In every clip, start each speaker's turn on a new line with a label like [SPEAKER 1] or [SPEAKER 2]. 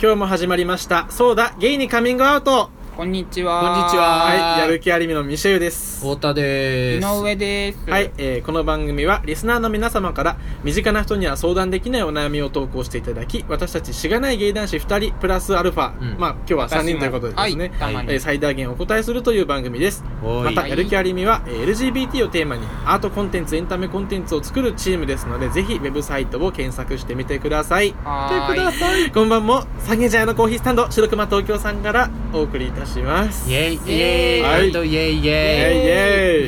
[SPEAKER 1] 今日も始まりました。そうだ、ゲイにカミングアウト
[SPEAKER 2] こんにちは。
[SPEAKER 3] こんにちは
[SPEAKER 1] はい、やる気ありみのミシェウです。
[SPEAKER 3] 太田で
[SPEAKER 2] 井
[SPEAKER 3] す。
[SPEAKER 2] 上です。
[SPEAKER 1] はい、えーこの番組はリスナーの皆様から身近な人には相談できないお悩みを投稿していただき、私たちしがない芸男子2人プラスアルファ、
[SPEAKER 3] うん
[SPEAKER 1] まあ今日は3
[SPEAKER 2] 私
[SPEAKER 1] 人
[SPEAKER 2] も
[SPEAKER 1] ということでですね
[SPEAKER 2] は、いたまに
[SPEAKER 1] えー最大限お答えするという番組です。
[SPEAKER 3] お
[SPEAKER 1] ま
[SPEAKER 3] い
[SPEAKER 1] た、やる気ありみは、えー LGBT をテーマにアートコンテンツ、エンタメコンテンツを作るチームですので、ぜひウェブサイトを検索してみてください。
[SPEAKER 2] はーい。
[SPEAKER 1] こんばんも、三軒茶屋のコーヒースタンド、白熊東京さんからお送りいたします。
[SPEAKER 3] イ
[SPEAKER 1] イ
[SPEAKER 3] ェイイェイ、
[SPEAKER 1] はい
[SPEAKER 3] ほんとイェイ
[SPEAKER 1] ェ
[SPEAKER 3] イ
[SPEAKER 1] イ
[SPEAKER 3] ェ
[SPEAKER 1] イ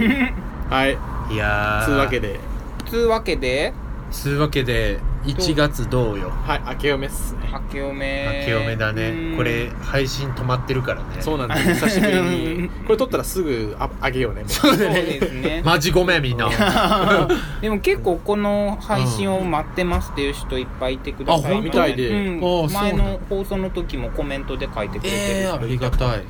[SPEAKER 1] ェイはい、
[SPEAKER 3] イ。いやー。
[SPEAKER 1] つうわけ。で、
[SPEAKER 2] つうわけで、
[SPEAKER 3] つうわけで、1月どうよ。
[SPEAKER 1] はい、明けおめっすね。
[SPEAKER 2] 明けおめ。
[SPEAKER 3] 明けおめだね。これ、配信止まってるからね。
[SPEAKER 1] そう
[SPEAKER 3] う
[SPEAKER 1] なんです、 久しぶりに。これ撮ったらすぐああげようね、も
[SPEAKER 2] そうです ね。
[SPEAKER 3] マジごめん、みんな。あ、
[SPEAKER 2] でも結構この配信を待ってますっていう人いっぱいいてください
[SPEAKER 3] あほん
[SPEAKER 1] み
[SPEAKER 2] ね
[SPEAKER 3] と
[SPEAKER 1] たいで
[SPEAKER 2] うん
[SPEAKER 3] あそう
[SPEAKER 2] 前
[SPEAKER 3] なんだ
[SPEAKER 2] の放送の時もコメントで書いてくれて
[SPEAKER 3] えー、あ
[SPEAKER 2] る
[SPEAKER 3] りがたい。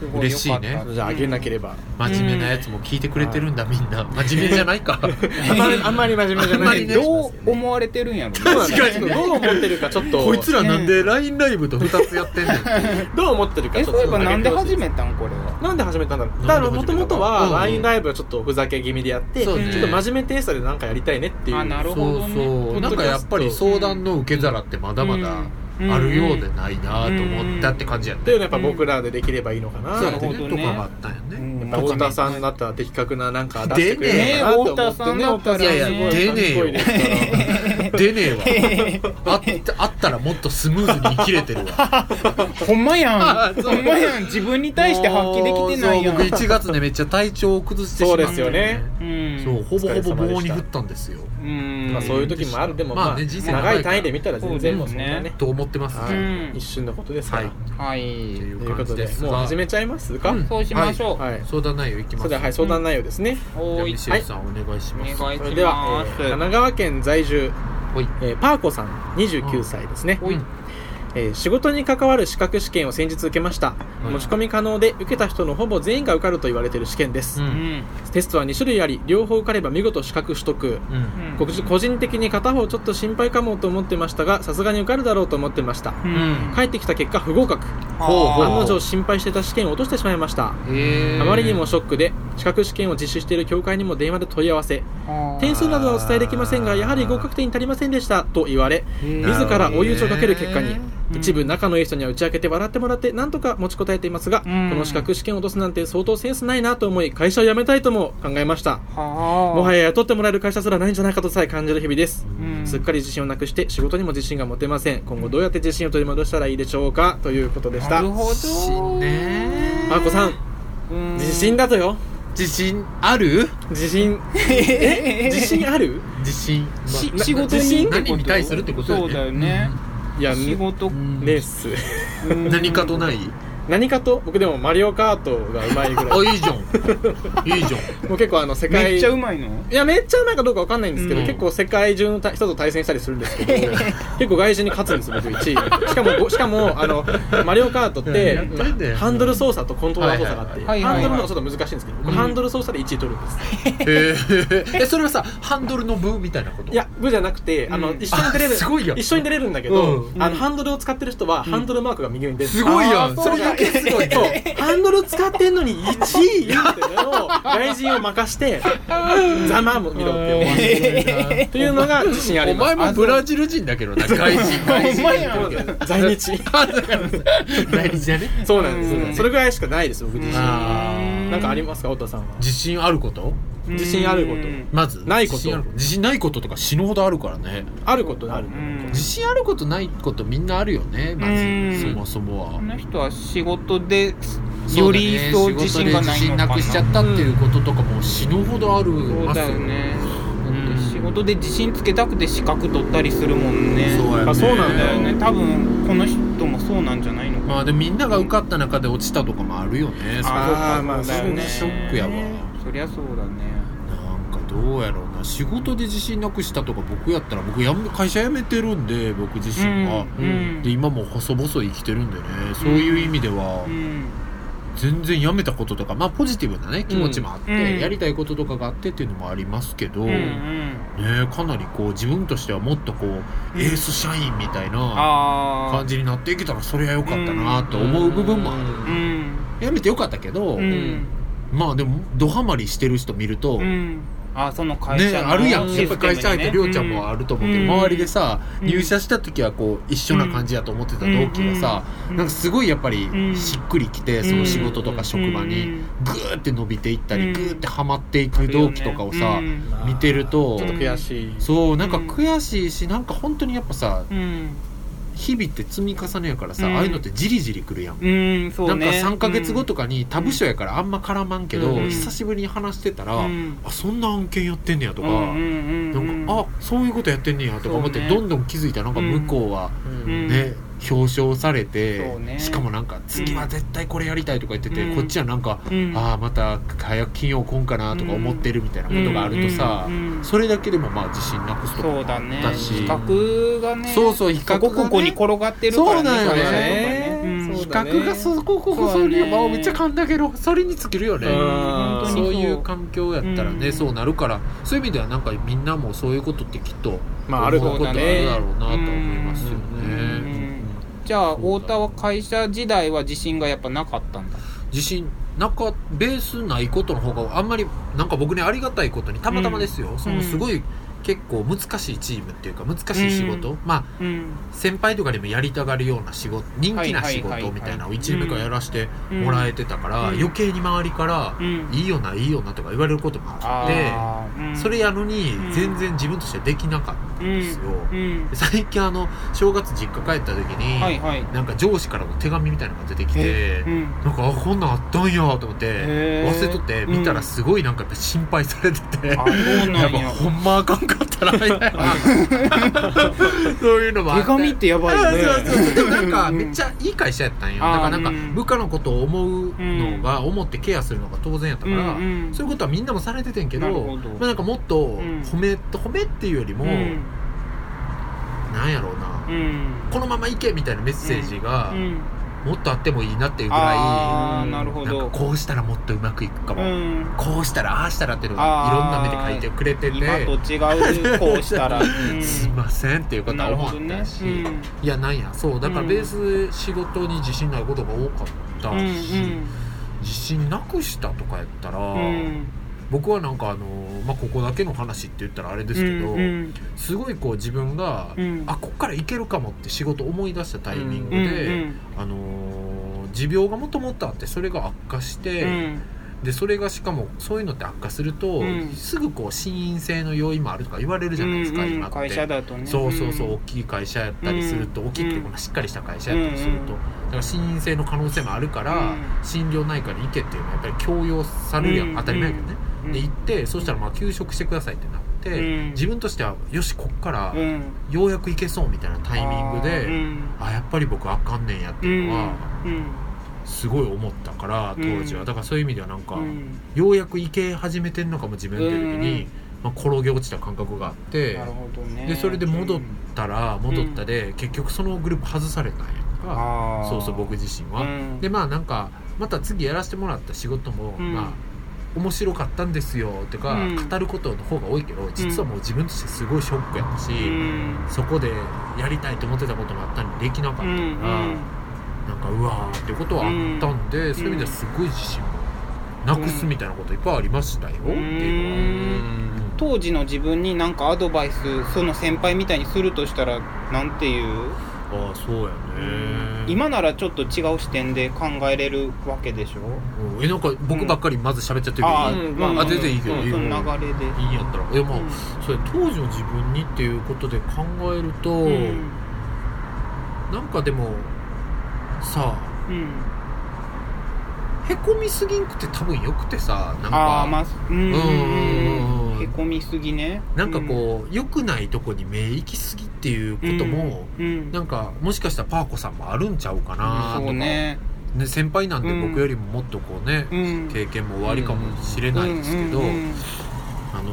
[SPEAKER 2] すごいよかった
[SPEAKER 3] 嬉しいね
[SPEAKER 1] う。じゃあ、あげなけれ
[SPEAKER 2] ば
[SPEAKER 1] ば。
[SPEAKER 3] 真面目なやつも聞いてくれてるんだ、みんな。真面目じゃないか。
[SPEAKER 1] あんまり、あんまり真面目じゃ
[SPEAKER 3] あんま
[SPEAKER 1] ない
[SPEAKER 3] り
[SPEAKER 1] ん
[SPEAKER 3] ね
[SPEAKER 1] で。
[SPEAKER 2] どう思われてるんやろ
[SPEAKER 1] そう
[SPEAKER 2] ね
[SPEAKER 1] なんです
[SPEAKER 3] 確かにね
[SPEAKER 1] どう思ってるか、ちょっと。
[SPEAKER 3] こいつらなんで LINE ライブと2つやってんねんっていう。
[SPEAKER 1] どう思ってるか、
[SPEAKER 2] え
[SPEAKER 1] ちょっ
[SPEAKER 2] そういえ
[SPEAKER 1] と
[SPEAKER 2] ば
[SPEAKER 1] 上げてほしい。
[SPEAKER 2] なんで始めたんこれは
[SPEAKER 1] なんで始めたんだろうだから
[SPEAKER 3] なんで
[SPEAKER 1] も
[SPEAKER 3] 始
[SPEAKER 1] と
[SPEAKER 3] め
[SPEAKER 1] も
[SPEAKER 3] た
[SPEAKER 1] と
[SPEAKER 3] の
[SPEAKER 1] は
[SPEAKER 3] うん
[SPEAKER 1] LINE ライブはちょっとふざけ気味でやって、
[SPEAKER 3] そう
[SPEAKER 2] ね
[SPEAKER 1] ちょっと真面目テイストでなんかやりたいねっていう
[SPEAKER 2] あなるほど
[SPEAKER 3] そうそう。なんかやっぱり相談の受け皿ってまだまだあるようでないなと思ったって感じやね
[SPEAKER 1] っていうのはやっぱ僕らでできればいいのかな
[SPEAKER 3] そう
[SPEAKER 1] と思
[SPEAKER 3] やっ
[SPEAKER 1] ってて、
[SPEAKER 2] なるほど
[SPEAKER 3] ねと
[SPEAKER 2] ね
[SPEAKER 3] かがあったんやね。
[SPEAKER 2] うん
[SPEAKER 1] まあ太田さんだったら的確ななんか出してくれ
[SPEAKER 2] ね
[SPEAKER 1] る
[SPEAKER 2] え
[SPEAKER 1] のかなと
[SPEAKER 2] 太
[SPEAKER 1] 思
[SPEAKER 2] 田
[SPEAKER 1] って
[SPEAKER 2] さんだったら
[SPEAKER 3] いやいや出ねえよ
[SPEAKER 1] すごいですから
[SPEAKER 3] 出ねえわ。あったあったらもっとスムーズに生きれてるわ。
[SPEAKER 2] ほんまやん
[SPEAKER 3] あそう
[SPEAKER 2] ほんまやん自分に対して発揮できてないやん
[SPEAKER 3] もうそう僕1月ねめっちゃ体調を崩してしまって、
[SPEAKER 1] そうです
[SPEAKER 2] うん
[SPEAKER 3] そうほぼ
[SPEAKER 1] お疲
[SPEAKER 3] ほぼ
[SPEAKER 1] れ様で
[SPEAKER 3] 棒
[SPEAKER 1] し
[SPEAKER 3] に
[SPEAKER 1] た
[SPEAKER 3] 降ったんですよ
[SPEAKER 2] うん
[SPEAKER 1] まあそういう時もあるでもまあ、
[SPEAKER 3] まあね人
[SPEAKER 2] 生長いか
[SPEAKER 1] 長
[SPEAKER 2] ら
[SPEAKER 1] い単位で見たら全然もうそんなね
[SPEAKER 3] と思ってます、
[SPEAKER 1] は
[SPEAKER 2] う
[SPEAKER 1] い
[SPEAKER 2] ん
[SPEAKER 1] 一瞬のことですから、
[SPEAKER 3] はい
[SPEAKER 2] は
[SPEAKER 3] と
[SPEAKER 2] い
[SPEAKER 3] い
[SPEAKER 1] と
[SPEAKER 3] う
[SPEAKER 1] いうこ
[SPEAKER 3] 感
[SPEAKER 1] と
[SPEAKER 3] じ
[SPEAKER 1] で
[SPEAKER 3] です
[SPEAKER 1] もう始めちゃいますか、
[SPEAKER 3] うん
[SPEAKER 2] そうしましょう
[SPEAKER 1] はい
[SPEAKER 3] 相談内容い
[SPEAKER 1] そ
[SPEAKER 3] き
[SPEAKER 1] れ
[SPEAKER 3] ます
[SPEAKER 1] では、はい、相談内容ですね、
[SPEAKER 3] じゃあ
[SPEAKER 2] おい
[SPEAKER 3] ミシェルさんお願いし
[SPEAKER 2] お
[SPEAKER 3] ま
[SPEAKER 2] 願い
[SPEAKER 3] す
[SPEAKER 2] しま
[SPEAKER 1] それでは、えー
[SPEAKER 2] す
[SPEAKER 1] 神奈川県在住、
[SPEAKER 3] ほい
[SPEAKER 1] えーパーコさん29歳ですね、
[SPEAKER 2] おい
[SPEAKER 3] うん
[SPEAKER 1] えー仕事に関わる資格試験を先日受けました、
[SPEAKER 3] うん
[SPEAKER 1] 持ち込み可能で受けた人のほぼ全員が受かると言われている試験です、
[SPEAKER 3] う
[SPEAKER 2] うんん
[SPEAKER 1] テストは2種類あり両方受かれば見事資格取得
[SPEAKER 3] うん
[SPEAKER 1] 個人個人的に片方ちょっと心配かもと思ってましたがさすがに受かるだろうと思ってました
[SPEAKER 2] うん
[SPEAKER 3] うん
[SPEAKER 1] 帰ってきた結果不合格
[SPEAKER 3] ほうほう
[SPEAKER 1] 案の定心配してた試験を落としてしまいました
[SPEAKER 3] えー
[SPEAKER 1] あまりにもショックで資格試験を実施している協会にも電話で問い合わせ点数などはお伝えできませんがやはり合格点に足りませんでしたと言われ自ら追い打ちをかける結果に
[SPEAKER 2] ん
[SPEAKER 1] 一部仲のいい人には打ち明けて笑ってもらってなんとか持ちこたえていますが、
[SPEAKER 2] うん
[SPEAKER 1] この資格試験を落とすなんて相当センスないなと思い会社を辞めたいとも考えましたも
[SPEAKER 2] も
[SPEAKER 1] はや雇ってもらえる会社すらないんじゃないかとさえ感じる日々です、
[SPEAKER 2] うん
[SPEAKER 1] すっかり自信をなくして仕事にも自信が持てません今後どうやって自信を取り戻したらいいでしょうかということでし
[SPEAKER 2] な
[SPEAKER 1] た
[SPEAKER 2] るほ
[SPEAKER 3] 自信
[SPEAKER 2] ど
[SPEAKER 3] ね
[SPEAKER 1] あこさん
[SPEAKER 2] うん
[SPEAKER 1] 自信だとよ
[SPEAKER 3] 自信ある
[SPEAKER 1] 自信え自信あ る
[SPEAKER 3] 自信
[SPEAKER 2] し
[SPEAKER 3] まあ
[SPEAKER 2] 仕
[SPEAKER 3] な
[SPEAKER 2] 事
[SPEAKER 3] 自信
[SPEAKER 2] にってこと
[SPEAKER 3] 何に対するってことよね
[SPEAKER 2] そうだよね
[SPEAKER 1] いや
[SPEAKER 2] 仕
[SPEAKER 1] ね
[SPEAKER 2] 事
[SPEAKER 3] うん
[SPEAKER 1] ねっす
[SPEAKER 2] うん
[SPEAKER 3] 何かとない
[SPEAKER 1] 何かと僕でもマリオカートがうまいぐら
[SPEAKER 3] あ
[SPEAKER 1] い
[SPEAKER 3] いいじゃんいいじゃん
[SPEAKER 1] もう結構あの世界
[SPEAKER 2] めっちゃうまいの
[SPEAKER 1] いやめっちゃうまいかどうかわかんないんですけど、
[SPEAKER 3] うん
[SPEAKER 1] 結構世界中のた人と対戦したりするんですけど 結構外人に勝つんですよ僕1位しかもごしかもあのマリオカートっ
[SPEAKER 3] やってぱりね
[SPEAKER 1] ハンドル操作とコントローラー操作があって、
[SPEAKER 2] はいはいはい
[SPEAKER 1] ハンドルの方がちょっと難しいんですけど、僕
[SPEAKER 3] うん
[SPEAKER 1] ハンドル操作で1位取るんです、
[SPEAKER 3] えー、えそれはさハンドルの部みたいなこと
[SPEAKER 1] いや部じゃなくてあの、
[SPEAKER 2] うん
[SPEAKER 1] 一緒に出れる
[SPEAKER 3] あすごいやん
[SPEAKER 1] 一緒に出れるんだけど、
[SPEAKER 3] う
[SPEAKER 1] あのハンドルを使ってる人は、ハンドルマークが右に出る
[SPEAKER 3] すごいやん
[SPEAKER 2] あー
[SPEAKER 3] そ
[SPEAKER 2] そ
[SPEAKER 3] れ
[SPEAKER 2] うだ
[SPEAKER 3] だけすごい
[SPEAKER 1] そうハンドル使ってんのに1位っていうのを外人を任 してざまあ見ろって思わせるっていうのが自信あり
[SPEAKER 3] お
[SPEAKER 1] ます
[SPEAKER 3] 前もブラジル人だけどな外人外
[SPEAKER 2] ほ
[SPEAKER 3] 人
[SPEAKER 2] んまやん
[SPEAKER 1] 在日
[SPEAKER 3] 外人だね
[SPEAKER 1] そうなんです、
[SPEAKER 2] うん
[SPEAKER 1] それぐらいしかないです僕自身
[SPEAKER 3] あー
[SPEAKER 1] なんかありますか太田さんは
[SPEAKER 3] 自信あること
[SPEAKER 1] 自信あること
[SPEAKER 2] うん
[SPEAKER 3] まず
[SPEAKER 1] ないこと
[SPEAKER 3] 自信ある自信ないこととか死ぬほどあるからね
[SPEAKER 1] あることある
[SPEAKER 2] うん
[SPEAKER 3] 自信あることないことみんなあるよねま
[SPEAKER 2] うん
[SPEAKER 3] ずそもそもは
[SPEAKER 2] この人は仕事で
[SPEAKER 3] そ
[SPEAKER 2] よ
[SPEAKER 3] うだね
[SPEAKER 2] り一層自信がない
[SPEAKER 3] 仕
[SPEAKER 2] のか
[SPEAKER 3] 事で自信な
[SPEAKER 2] な
[SPEAKER 3] くしちゃったっていうこととかも死ぬほどあ
[SPEAKER 2] そ
[SPEAKER 3] る
[SPEAKER 2] う
[SPEAKER 3] ます
[SPEAKER 2] だ
[SPEAKER 3] よ
[SPEAKER 2] よね
[SPEAKER 3] うん
[SPEAKER 2] 仕事で自信つけたくて資格取ったりするもんね
[SPEAKER 3] そうやね
[SPEAKER 1] あそうなん
[SPEAKER 2] だよね
[SPEAKER 1] ね
[SPEAKER 2] 多分この人もそうなんじゃないのか
[SPEAKER 3] まあでもみんなが受かった中で落ちたとかもあるよねそ
[SPEAKER 1] あー
[SPEAKER 3] れ
[SPEAKER 1] まあ
[SPEAKER 2] そうだよね
[SPEAKER 3] ショックやわ
[SPEAKER 2] そりゃそうだね
[SPEAKER 3] なんかどうやろうな仕事で自信なくしたとか僕やったら僕やめ会社辞めてるんで僕自身が、
[SPEAKER 2] うんうん
[SPEAKER 3] で今も細々生きてるんでねそういう意味では
[SPEAKER 2] うん
[SPEAKER 3] 全然やめたこととかまあポジティブなね気持ちもあって、
[SPEAKER 2] うん
[SPEAKER 3] やりたいこととかがあってっていうのもありますけど、
[SPEAKER 2] うんう
[SPEAKER 3] ね
[SPEAKER 2] ん
[SPEAKER 3] かなりこう自分としてはもっとこう、エース社員みたいな
[SPEAKER 2] ああ
[SPEAKER 3] 感じになっていけたらそれは良かったなと思う部分もある、
[SPEAKER 2] うん
[SPEAKER 3] やめてよかったけど、
[SPEAKER 2] うん
[SPEAKER 3] まあでもドハマりしてる人見ると、
[SPEAKER 2] うんあその会
[SPEAKER 3] ね、
[SPEAKER 2] 社の
[SPEAKER 3] あるやんや
[SPEAKER 2] シ
[SPEAKER 3] っ
[SPEAKER 2] ステムに
[SPEAKER 3] ぱり
[SPEAKER 2] ね
[SPEAKER 3] 会社入ってりょうちゃんもあると思うけど、
[SPEAKER 2] うん
[SPEAKER 3] 周りでさ、
[SPEAKER 2] うん
[SPEAKER 3] 入社した時はこう一緒な感じやと思ってた同期がさ、
[SPEAKER 2] うん
[SPEAKER 3] なんかすごいやっぱり
[SPEAKER 2] うん
[SPEAKER 3] しっくりきて、その仕事とか職場
[SPEAKER 2] う
[SPEAKER 3] に
[SPEAKER 2] ん
[SPEAKER 3] グーって伸びていったり、
[SPEAKER 2] うん
[SPEAKER 3] グーってハマっていく同期とかをさ、
[SPEAKER 2] うん
[SPEAKER 1] まあ
[SPEAKER 3] 見てると
[SPEAKER 1] ちょっと悔しい
[SPEAKER 3] そうなんか悔しいしなんか本当にやっぱさ
[SPEAKER 2] うん
[SPEAKER 3] 日々って積み重ねやからさ、
[SPEAKER 2] うん
[SPEAKER 3] ああいうのってじりじりくるやん。
[SPEAKER 2] うんそうね
[SPEAKER 3] なんか3ヶ月後とかに他部署やからあんま絡まんけど、
[SPEAKER 1] うん
[SPEAKER 3] 久しぶりに話してたら、
[SPEAKER 2] うん
[SPEAKER 3] あそんな案件やってんねやとか、
[SPEAKER 2] うんうんう
[SPEAKER 3] なん
[SPEAKER 2] ん
[SPEAKER 3] かあそういうことやってんねやとか思って、
[SPEAKER 2] そうね
[SPEAKER 3] どんどん気づいたらなんか向こうは
[SPEAKER 1] うん
[SPEAKER 2] うん
[SPEAKER 3] ね、表彰されて、
[SPEAKER 2] そうね
[SPEAKER 3] しかもなんか次は絶対これやりたいとか言ってて、
[SPEAKER 2] うん
[SPEAKER 3] こっちはなんか、
[SPEAKER 2] うん
[SPEAKER 3] ああまた早く金曜来んかなとか思ってるみたいなことがあるとさ、
[SPEAKER 2] うんうんうん
[SPEAKER 3] それだけでもまあ自信なくすとか
[SPEAKER 2] そ
[SPEAKER 3] も
[SPEAKER 2] うだね
[SPEAKER 3] あったし
[SPEAKER 2] 比較がね
[SPEAKER 3] そうそう比較がね
[SPEAKER 2] そこここに転がってるからね
[SPEAKER 3] そうなんよね
[SPEAKER 2] 会社とかねうん
[SPEAKER 1] そう
[SPEAKER 3] 比
[SPEAKER 1] だね
[SPEAKER 3] 較がそこここそれ
[SPEAKER 2] そうだね
[SPEAKER 3] まあめっちゃ勘だけどそれに尽きるよね、
[SPEAKER 1] うん
[SPEAKER 2] 本当に
[SPEAKER 3] そういう環境やったらね、
[SPEAKER 2] うん
[SPEAKER 3] そうなるからそういう意味ではなんかみんなもそういうことってきっと
[SPEAKER 1] まあある
[SPEAKER 3] 思
[SPEAKER 1] こ
[SPEAKER 3] う
[SPEAKER 1] と
[SPEAKER 3] こと
[SPEAKER 1] だ
[SPEAKER 3] ある
[SPEAKER 1] ね
[SPEAKER 3] だろうなとは思いますよね、
[SPEAKER 2] うんじゃあ太田は会社時代は自信がやっぱなかったんだ
[SPEAKER 3] 自信なんかベースないことの方があんまりなんか僕ねありがたいことにたまたまですよ、そのすごい結構難しいチームっていうか難しい仕事、まあ
[SPEAKER 2] うん
[SPEAKER 3] 先輩とかでもやりたがるような仕事人気な仕
[SPEAKER 2] はいはいはいは
[SPEAKER 3] 事
[SPEAKER 2] い
[SPEAKER 3] みたいなのを1年目からやらせて
[SPEAKER 2] うん
[SPEAKER 3] もらえてたから、
[SPEAKER 2] うん
[SPEAKER 3] 余計に周りから
[SPEAKER 2] う
[SPEAKER 3] 「
[SPEAKER 2] ん
[SPEAKER 3] いいよないいよな」とか言われることもあって
[SPEAKER 2] あーうん
[SPEAKER 3] それやのに
[SPEAKER 2] ん
[SPEAKER 3] 全然自分としてはできなかったんですよ、
[SPEAKER 2] うん
[SPEAKER 3] で最近あの正月実家帰った時に、
[SPEAKER 2] はいはい
[SPEAKER 3] なんか上司からの手紙みたいなのが出てきて、
[SPEAKER 2] うん
[SPEAKER 3] なんかあこんなんあったんやと思って
[SPEAKER 2] へー
[SPEAKER 3] 忘れとって見たらすごいなんかやっぱ心配されてて、
[SPEAKER 2] あそう
[SPEAKER 3] や
[SPEAKER 2] な
[SPEAKER 3] っ
[SPEAKER 2] ん
[SPEAKER 3] ぱ
[SPEAKER 2] や
[SPEAKER 3] ほんまあかんかったなみた いなそういうのもあっ
[SPEAKER 2] 手
[SPEAKER 3] て
[SPEAKER 2] 紙ってやばい
[SPEAKER 3] あ
[SPEAKER 2] よね
[SPEAKER 3] そうそうそうでもなんか
[SPEAKER 2] うん
[SPEAKER 3] めっちゃいい会社やったんよだ
[SPEAKER 2] あー
[SPEAKER 3] からなんか
[SPEAKER 2] うん
[SPEAKER 3] 部下のことを思うのが思ってケアするのが当然やったから、
[SPEAKER 2] うんうん
[SPEAKER 3] そういうことはみんなもされててんけど
[SPEAKER 2] なるほど
[SPEAKER 3] まあ、なんかもっと
[SPEAKER 2] ん
[SPEAKER 3] 褒め,、褒めっていうよりも、
[SPEAKER 2] うん
[SPEAKER 3] なんやろうな、
[SPEAKER 2] うん
[SPEAKER 3] このままいけみたいなメッセージが、
[SPEAKER 2] うん
[SPEAKER 3] もっとあってもいいなっていうぐら
[SPEAKER 2] ああなる
[SPEAKER 3] い
[SPEAKER 2] ほ
[SPEAKER 3] なん
[SPEAKER 2] ど
[SPEAKER 3] かこうしたらもっとうまくいくかも、
[SPEAKER 2] うん
[SPEAKER 3] こうしたらああしたらっていうのがいろんな目で書いてくれて
[SPEAKER 2] 今
[SPEAKER 3] て
[SPEAKER 2] と違うこうしたらうん
[SPEAKER 3] すいませんっていうこと
[SPEAKER 2] な
[SPEAKER 3] は
[SPEAKER 2] る
[SPEAKER 3] 思
[SPEAKER 2] ほ
[SPEAKER 3] っ
[SPEAKER 2] どね
[SPEAKER 3] たし、
[SPEAKER 2] うん
[SPEAKER 3] いやなんやそうだからベース仕事に自信ないことが多かった
[SPEAKER 2] うん
[SPEAKER 3] し、自信なくしたとかやったら、
[SPEAKER 2] うんうん
[SPEAKER 3] 僕はなんかあのー、まあ、ここだけの話って言ったらあれですけど、
[SPEAKER 2] うんうん
[SPEAKER 3] すごいこう自分が、
[SPEAKER 2] うん
[SPEAKER 3] あこっからいけるかもって仕事思い出したタイミング
[SPEAKER 2] うん
[SPEAKER 3] で、
[SPEAKER 2] うん
[SPEAKER 3] あのー持病がもともとあってそれが悪化して、
[SPEAKER 2] うん
[SPEAKER 3] でそれがしかもそういうのって悪化すると、
[SPEAKER 2] うん
[SPEAKER 3] すぐこう心因性の要因もあるとか言われるじゃないですか、
[SPEAKER 2] うんうん
[SPEAKER 3] 今って
[SPEAKER 2] 会社だとね
[SPEAKER 3] そうそうそう、大
[SPEAKER 2] ん
[SPEAKER 3] きい会社やったりすると、
[SPEAKER 2] うん
[SPEAKER 3] 大きいっていうかしっかりした会社やったりすると、
[SPEAKER 2] うん
[SPEAKER 3] だから心因性の可能性もあるから、
[SPEAKER 2] うん
[SPEAKER 3] 心療内科に行けっていうのはやっぱり強要されるやん、
[SPEAKER 2] うん
[SPEAKER 3] 当たり前やけどね、
[SPEAKER 2] うん
[SPEAKER 3] で行ってそしたらまあ休職してくださいってなって、
[SPEAKER 2] うん
[SPEAKER 3] 自分としてはよしこっから
[SPEAKER 2] うん
[SPEAKER 3] ようやく行けそうみたいなタイミングで、
[SPEAKER 2] あーうん
[SPEAKER 3] あやっぱり僕あかんねんやっていうのは、
[SPEAKER 2] うん
[SPEAKER 3] すごい思ったから当時は、
[SPEAKER 2] うん
[SPEAKER 3] だからそういう意味ではなんか、
[SPEAKER 2] うん
[SPEAKER 3] ようやく行け始めてんのかも自分っていう時に、
[SPEAKER 2] うん
[SPEAKER 3] まあ、転げ落ちた感覚があって
[SPEAKER 2] なるほどね
[SPEAKER 3] でそれで戻ったら戻ったで、結局そのグループ外されたんやんか
[SPEAKER 2] あー
[SPEAKER 3] そうそう僕自身は、
[SPEAKER 2] うん
[SPEAKER 3] でまあなんかまた次やらせてもらった仕事も、
[SPEAKER 2] うん
[SPEAKER 3] まあ面白かったんですよとか、
[SPEAKER 2] うん
[SPEAKER 3] 語ることの方が多いけど実はもう自分としてすごいショックやったし、
[SPEAKER 2] うん
[SPEAKER 3] そこでやりたいと思ってたこともあったのにできなかった
[SPEAKER 2] う
[SPEAKER 3] から、
[SPEAKER 2] んうん
[SPEAKER 3] なんかうわーってことはあったんで、そういう意味ではすごい自信もなくすみたいなこといっぱいありましたよ、っていうのは
[SPEAKER 2] 当時の自分に何かアドバイスその先輩みたいにするとしたらなんていう
[SPEAKER 3] ああそうやね、
[SPEAKER 2] 今ならちょっと違う視点で考えれるわけでしょ
[SPEAKER 3] うんえなんか僕ばっかりまず喋っちゃってるけど、
[SPEAKER 2] あ
[SPEAKER 1] う
[SPEAKER 2] ー
[SPEAKER 1] ん
[SPEAKER 2] ま
[SPEAKER 1] あ
[SPEAKER 3] 全然いいけど
[SPEAKER 2] うん
[SPEAKER 3] いいよ
[SPEAKER 2] その流れで
[SPEAKER 3] いいんやったらいやまあ、それ当時の自分にっていうことで考えると、
[SPEAKER 2] うん
[SPEAKER 3] なんかでもさ
[SPEAKER 2] うん
[SPEAKER 3] へこみすぎんくて多分よくてさなん
[SPEAKER 2] あ
[SPEAKER 3] か
[SPEAKER 2] あーまあうんうん
[SPEAKER 3] うんうん
[SPEAKER 2] うん
[SPEAKER 3] うん
[SPEAKER 2] へこみすぎね
[SPEAKER 3] なんかこう、良くないとこに目行きすぎっていうことも、
[SPEAKER 2] うん、うん
[SPEAKER 3] なんかもしかしたらパーコさんもあるんちゃうかなとか、
[SPEAKER 2] そうね
[SPEAKER 3] ね、先輩なんで
[SPEAKER 2] うん
[SPEAKER 3] 僕よりももっとこうね、
[SPEAKER 2] うん
[SPEAKER 3] 経験も終わりかもしれないですけど、
[SPEAKER 2] うんうん
[SPEAKER 3] あの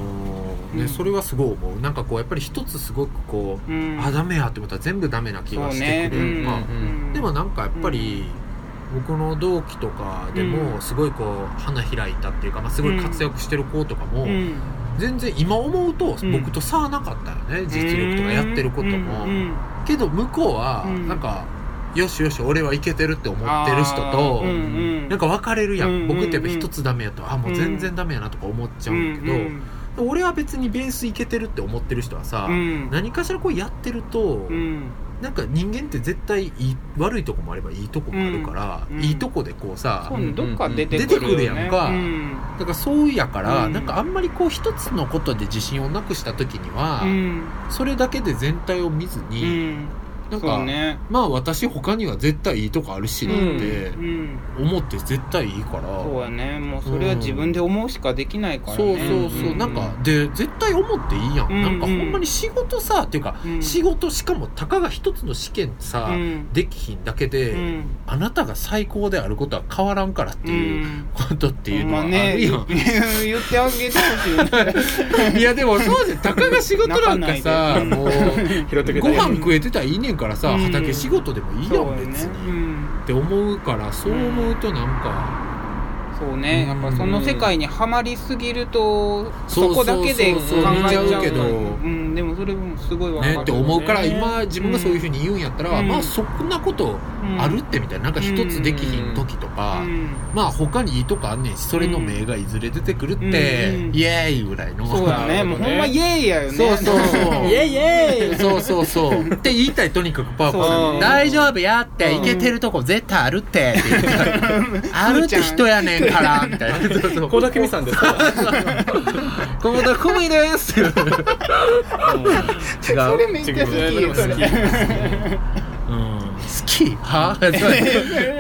[SPEAKER 3] ーね
[SPEAKER 2] うん
[SPEAKER 3] それはすごい思うなんかこうやっぱり一つすごくこう、
[SPEAKER 2] うんうん
[SPEAKER 3] あダメやって思ったら全部ダメな気がしてく
[SPEAKER 2] そ
[SPEAKER 3] れる、
[SPEAKER 2] うね
[SPEAKER 3] まあ
[SPEAKER 2] うん
[SPEAKER 3] でもなんかやっぱり、僕の同期とかで
[SPEAKER 2] う
[SPEAKER 3] も
[SPEAKER 2] ん
[SPEAKER 3] すごいこう花開いたっていうか、まあ、すごい活躍してる子とかも、
[SPEAKER 2] うん
[SPEAKER 3] 全然今思うと
[SPEAKER 2] うん
[SPEAKER 3] 僕と差はなかったよね、実力とかやってることも、
[SPEAKER 2] うんうん
[SPEAKER 3] けど向こうは
[SPEAKER 2] うん
[SPEAKER 3] なんか、よしよし俺はいけてるって思ってる人と、
[SPEAKER 2] あーうんうん
[SPEAKER 3] なんか別れるやん、
[SPEAKER 2] うん
[SPEAKER 3] 僕ってやっぱ一つダメやとあもう全然ダメやなとか思っちゃうんだけど、
[SPEAKER 2] うん
[SPEAKER 3] 俺は別にベースいけてるって思ってる人はさ、
[SPEAKER 2] うん
[SPEAKER 3] 何かしらこうやってると、
[SPEAKER 2] うん
[SPEAKER 3] なんか人間って絶対いい悪いとこもあればいいとこもあるから、
[SPEAKER 2] うんうん
[SPEAKER 3] いいとこでこうさ、
[SPEAKER 2] そう
[SPEAKER 1] うんう
[SPEAKER 2] ね
[SPEAKER 1] ん
[SPEAKER 2] どっか出てくるよね
[SPEAKER 3] 出てくるやんか
[SPEAKER 2] うん
[SPEAKER 3] だからそうやから、
[SPEAKER 2] うん
[SPEAKER 3] なんかあんまりこう一つのことで自信をなくした時には、
[SPEAKER 2] うん
[SPEAKER 3] それだけで全体を見ず
[SPEAKER 2] う
[SPEAKER 3] に、
[SPEAKER 2] ん
[SPEAKER 3] なん
[SPEAKER 2] そ
[SPEAKER 3] か、
[SPEAKER 2] うね
[SPEAKER 3] まあ私他には絶対いいとこあるしっ
[SPEAKER 1] うん
[SPEAKER 3] て
[SPEAKER 2] うん
[SPEAKER 3] 思って絶対いいから、
[SPEAKER 2] そうやねもうそれは自分で思うしかできないからね
[SPEAKER 3] そうそうそう、
[SPEAKER 2] ん
[SPEAKER 3] なんかで絶対思っていいやん、
[SPEAKER 2] うん
[SPEAKER 3] なんかほんまに仕事さっていうか、
[SPEAKER 2] うん
[SPEAKER 3] 仕事しかもたかが一つの試験さ、
[SPEAKER 2] うん
[SPEAKER 3] できひんだけで、
[SPEAKER 2] うん
[SPEAKER 3] あなたが最高であることは変わらんからっていう
[SPEAKER 2] うん
[SPEAKER 3] ことっていうのはあ
[SPEAKER 2] ほんまね
[SPEAKER 3] るや ん、
[SPEAKER 2] 言ってあげてほしいよね
[SPEAKER 3] いやでもそうじゃんたかが仕事なんかさ
[SPEAKER 2] 泣かないで
[SPEAKER 3] もう
[SPEAKER 1] 拾ってくれ
[SPEAKER 3] ご
[SPEAKER 1] た
[SPEAKER 3] 飯食えてたらいいねんからさ、
[SPEAKER 2] うん
[SPEAKER 3] 畑仕事でも いいや
[SPEAKER 2] そうんや
[SPEAKER 3] 別
[SPEAKER 2] ね
[SPEAKER 3] に、
[SPEAKER 2] うん
[SPEAKER 3] って思うからそう思うとなんか、
[SPEAKER 2] そうねやっぱその世界にはまりすぎると
[SPEAKER 3] そう
[SPEAKER 2] そこだけで考
[SPEAKER 3] そうそう
[SPEAKER 1] そう
[SPEAKER 2] えちゃ
[SPEAKER 1] 見ちゃ
[SPEAKER 2] う
[SPEAKER 1] うけど
[SPEAKER 2] うんでもそれもすごいわかる
[SPEAKER 3] ねって思うから
[SPEAKER 1] ね
[SPEAKER 3] 今自分がそういうふうに言うんやったら、
[SPEAKER 2] うん
[SPEAKER 3] まあそんなことあるってみたいななんか一つできひん時と
[SPEAKER 2] う
[SPEAKER 3] か、
[SPEAKER 2] ん
[SPEAKER 3] まあ他にいいとこあんねんしそれの目がいずれ出てくるって、
[SPEAKER 2] うん
[SPEAKER 3] イエーイぐらいの
[SPEAKER 2] そうだ
[SPEAKER 1] な
[SPEAKER 2] ね
[SPEAKER 1] るほどね
[SPEAKER 2] もうほんまイエイやよね
[SPEAKER 3] そう そうそう
[SPEAKER 1] イエイイエイ
[SPEAKER 3] そうそうそう。って言いたい、とにかくパー
[SPEAKER 2] そ
[SPEAKER 3] コ
[SPEAKER 2] う
[SPEAKER 3] さ
[SPEAKER 2] ね
[SPEAKER 3] ん。大丈夫やって、
[SPEAKER 2] うん
[SPEAKER 3] いけてるとこ絶対あるって。って言いたいあるって人やねんから、み たいな。そうそう。
[SPEAKER 1] 倖田來未さんですから
[SPEAKER 3] ここだ、コミで す。違う。
[SPEAKER 2] それめっちゃ好き
[SPEAKER 3] 違う
[SPEAKER 2] それ
[SPEAKER 3] うん好き はぁ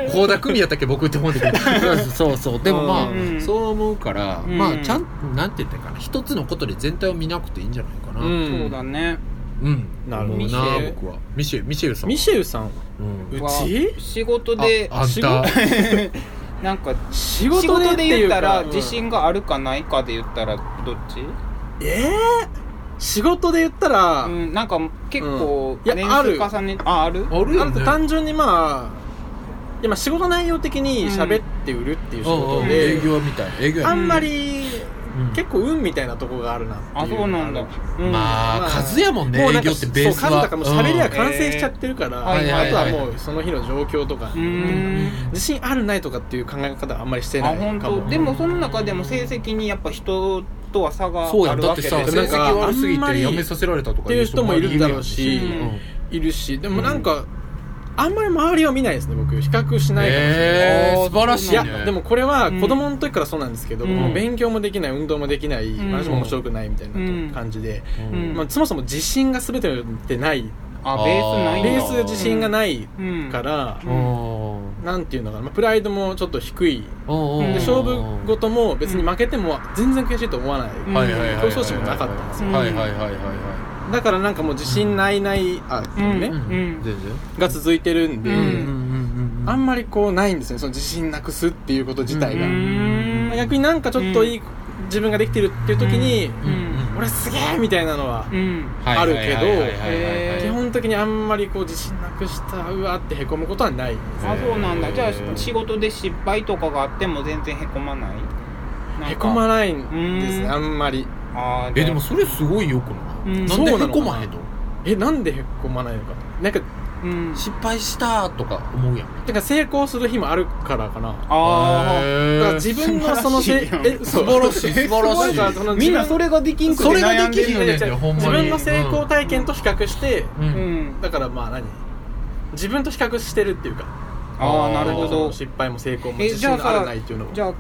[SPEAKER 3] 倖田來未やったっけ僕って思うんだけどそうそうでもまあ、
[SPEAKER 2] うん
[SPEAKER 3] そう思うから、
[SPEAKER 2] うん
[SPEAKER 3] まあちゃんなんて言ったらいいかな一つのことで全体を見なくていいんじゃないかな
[SPEAKER 1] うん
[SPEAKER 2] そうだね
[SPEAKER 3] うん
[SPEAKER 1] なるほど
[SPEAKER 3] 思う
[SPEAKER 1] ミシェ
[SPEAKER 3] な
[SPEAKER 1] ル
[SPEAKER 3] 僕はミシェルミシェルさん
[SPEAKER 1] ミシェウさん
[SPEAKER 3] うん
[SPEAKER 1] う
[SPEAKER 2] わ
[SPEAKER 1] ち
[SPEAKER 2] 仕事で
[SPEAKER 3] ああん
[SPEAKER 1] 仕
[SPEAKER 3] た
[SPEAKER 1] 事
[SPEAKER 2] なんか
[SPEAKER 1] 仕
[SPEAKER 2] 仕
[SPEAKER 1] 事でっ
[SPEAKER 2] 事
[SPEAKER 1] て
[SPEAKER 2] で
[SPEAKER 1] い
[SPEAKER 2] 言
[SPEAKER 1] う
[SPEAKER 2] った
[SPEAKER 1] から
[SPEAKER 2] 自信があるかないかで言ったらどっち
[SPEAKER 1] ええ仕事で言ったら
[SPEAKER 2] うんなんか結構
[SPEAKER 1] うんいや
[SPEAKER 2] 年
[SPEAKER 1] ある
[SPEAKER 2] 数重ねあある
[SPEAKER 3] あるよ
[SPEAKER 1] あ
[SPEAKER 3] ね
[SPEAKER 1] と単純にまあいやまあ仕事内容的に喋って売るっていう仕
[SPEAKER 3] うんう
[SPEAKER 1] 事
[SPEAKER 3] ん
[SPEAKER 1] で、
[SPEAKER 3] 営業みたい営業や
[SPEAKER 1] あ
[SPEAKER 3] ね
[SPEAKER 1] んまり
[SPEAKER 3] うん
[SPEAKER 1] 結構運みたいなとこがあるなって
[SPEAKER 2] あ
[SPEAKER 1] いう
[SPEAKER 2] そうなんだうん
[SPEAKER 3] ま
[SPEAKER 1] ま
[SPEAKER 3] あ
[SPEAKER 1] あ
[SPEAKER 3] 数やもんね
[SPEAKER 1] もうな
[SPEAKER 3] 営
[SPEAKER 1] んか
[SPEAKER 3] 業ってベース
[SPEAKER 1] そう数
[SPEAKER 3] は
[SPEAKER 1] だからもう喋りは
[SPEAKER 3] うん
[SPEAKER 1] 完成しちゃってるから、
[SPEAKER 2] うんはい
[SPEAKER 3] はいはい
[SPEAKER 1] あとはもうその日の状況とか、
[SPEAKER 2] うーん
[SPEAKER 1] 自信あるないとかっていう考え方はあんまりして
[SPEAKER 2] あ
[SPEAKER 1] ない
[SPEAKER 2] 本
[SPEAKER 1] かも
[SPEAKER 2] 当でもその中でも成績にやっぱ人とは差が
[SPEAKER 3] そうや
[SPEAKER 2] あ
[SPEAKER 3] ん
[SPEAKER 2] る
[SPEAKER 3] だっ
[SPEAKER 2] わ
[SPEAKER 3] て
[SPEAKER 2] けで
[SPEAKER 3] さ成
[SPEAKER 1] なん
[SPEAKER 3] 績
[SPEAKER 1] か
[SPEAKER 3] 悪すぎ
[SPEAKER 1] あんま
[SPEAKER 3] て
[SPEAKER 1] り
[SPEAKER 3] 辞めさせられたとか
[SPEAKER 1] っていう人もいるだろうし
[SPEAKER 3] 周りにいるやろし
[SPEAKER 1] いるしでもなんか、あんまり周りを見ないですね僕比較しないかもしれない、
[SPEAKER 3] へー素晴らし
[SPEAKER 1] い
[SPEAKER 3] い
[SPEAKER 1] や
[SPEAKER 3] ね
[SPEAKER 1] でもこれは子供の時からそうなんですけど、
[SPEAKER 2] うん
[SPEAKER 1] もう勉強もできない運動もできない、
[SPEAKER 2] ん
[SPEAKER 1] 話も面白くないみたいなと感じで、
[SPEAKER 2] うん
[SPEAKER 1] まあ、そもそも自信が全てでない
[SPEAKER 2] あベースないんだ
[SPEAKER 1] ベース自信がない
[SPEAKER 2] うん
[SPEAKER 1] から、
[SPEAKER 3] うん
[SPEAKER 1] なんていうのかな、まあ、プライドもちょっと低い
[SPEAKER 3] うん
[SPEAKER 1] で
[SPEAKER 2] で
[SPEAKER 1] 勝負
[SPEAKER 3] と
[SPEAKER 1] 事も別に負けても全然悔しいと思わない、
[SPEAKER 2] ん
[SPEAKER 1] 競争心もなかったんです
[SPEAKER 2] よ
[SPEAKER 3] はいはいはいはいは
[SPEAKER 1] だからなんかもう自信ないないあ、
[SPEAKER 2] うん
[SPEAKER 1] ね、
[SPEAKER 3] い
[SPEAKER 2] うん
[SPEAKER 3] 全然
[SPEAKER 1] が続いてるんで、
[SPEAKER 2] うん
[SPEAKER 3] ん
[SPEAKER 1] あ
[SPEAKER 3] ま
[SPEAKER 1] んまりこうないんですねその自信なくすっていうこと自体が、
[SPEAKER 2] うーん
[SPEAKER 1] まあ逆になんかちょっといい、自分ができてるっていう時に、
[SPEAKER 2] うん
[SPEAKER 1] 俺すげえみたいなのは、
[SPEAKER 2] うん
[SPEAKER 1] あるけど
[SPEAKER 2] うん
[SPEAKER 1] 基本的にあんまりこう自信なくしたうわってへこむことはない
[SPEAKER 2] あそうなんだじゃ
[SPEAKER 3] へー
[SPEAKER 2] あ仕事で失敗とかがあっても全然へこまない
[SPEAKER 1] へこま
[SPEAKER 2] い
[SPEAKER 1] ないんですね
[SPEAKER 2] うん
[SPEAKER 1] あんまり
[SPEAKER 2] あーじゃあ
[SPEAKER 3] えでもそれすごいよく
[SPEAKER 2] う
[SPEAKER 3] なんいなんでへこまへんの
[SPEAKER 1] えなんでへこまないのかなんか
[SPEAKER 2] うん
[SPEAKER 3] 失敗したとか思うやん
[SPEAKER 1] だから成功する日もあるからかな
[SPEAKER 2] あ
[SPEAKER 1] だから
[SPEAKER 3] へー
[SPEAKER 1] 自分のそのせ
[SPEAKER 2] 素晴らしいやん
[SPEAKER 1] えそう
[SPEAKER 3] 素晴らしい素晴らしい
[SPEAKER 1] なんかその
[SPEAKER 2] あみんなそれができんくて
[SPEAKER 3] それが
[SPEAKER 2] 悩ん
[SPEAKER 3] で
[SPEAKER 2] で
[SPEAKER 3] き
[SPEAKER 2] る
[SPEAKER 3] ひん
[SPEAKER 2] よ
[SPEAKER 3] の
[SPEAKER 2] ね
[SPEAKER 3] ねんよほんまに
[SPEAKER 1] 自分の成功体験と比較して、
[SPEAKER 3] う
[SPEAKER 2] うんん
[SPEAKER 1] だからまあ何自分と比較してるっていうか
[SPEAKER 2] ああなるほ
[SPEAKER 1] その
[SPEAKER 2] ど
[SPEAKER 1] 失敗も成功も
[SPEAKER 2] え
[SPEAKER 1] 自信
[SPEAKER 2] じゃあさ
[SPEAKER 1] があるないっていうのも
[SPEAKER 2] じゃあ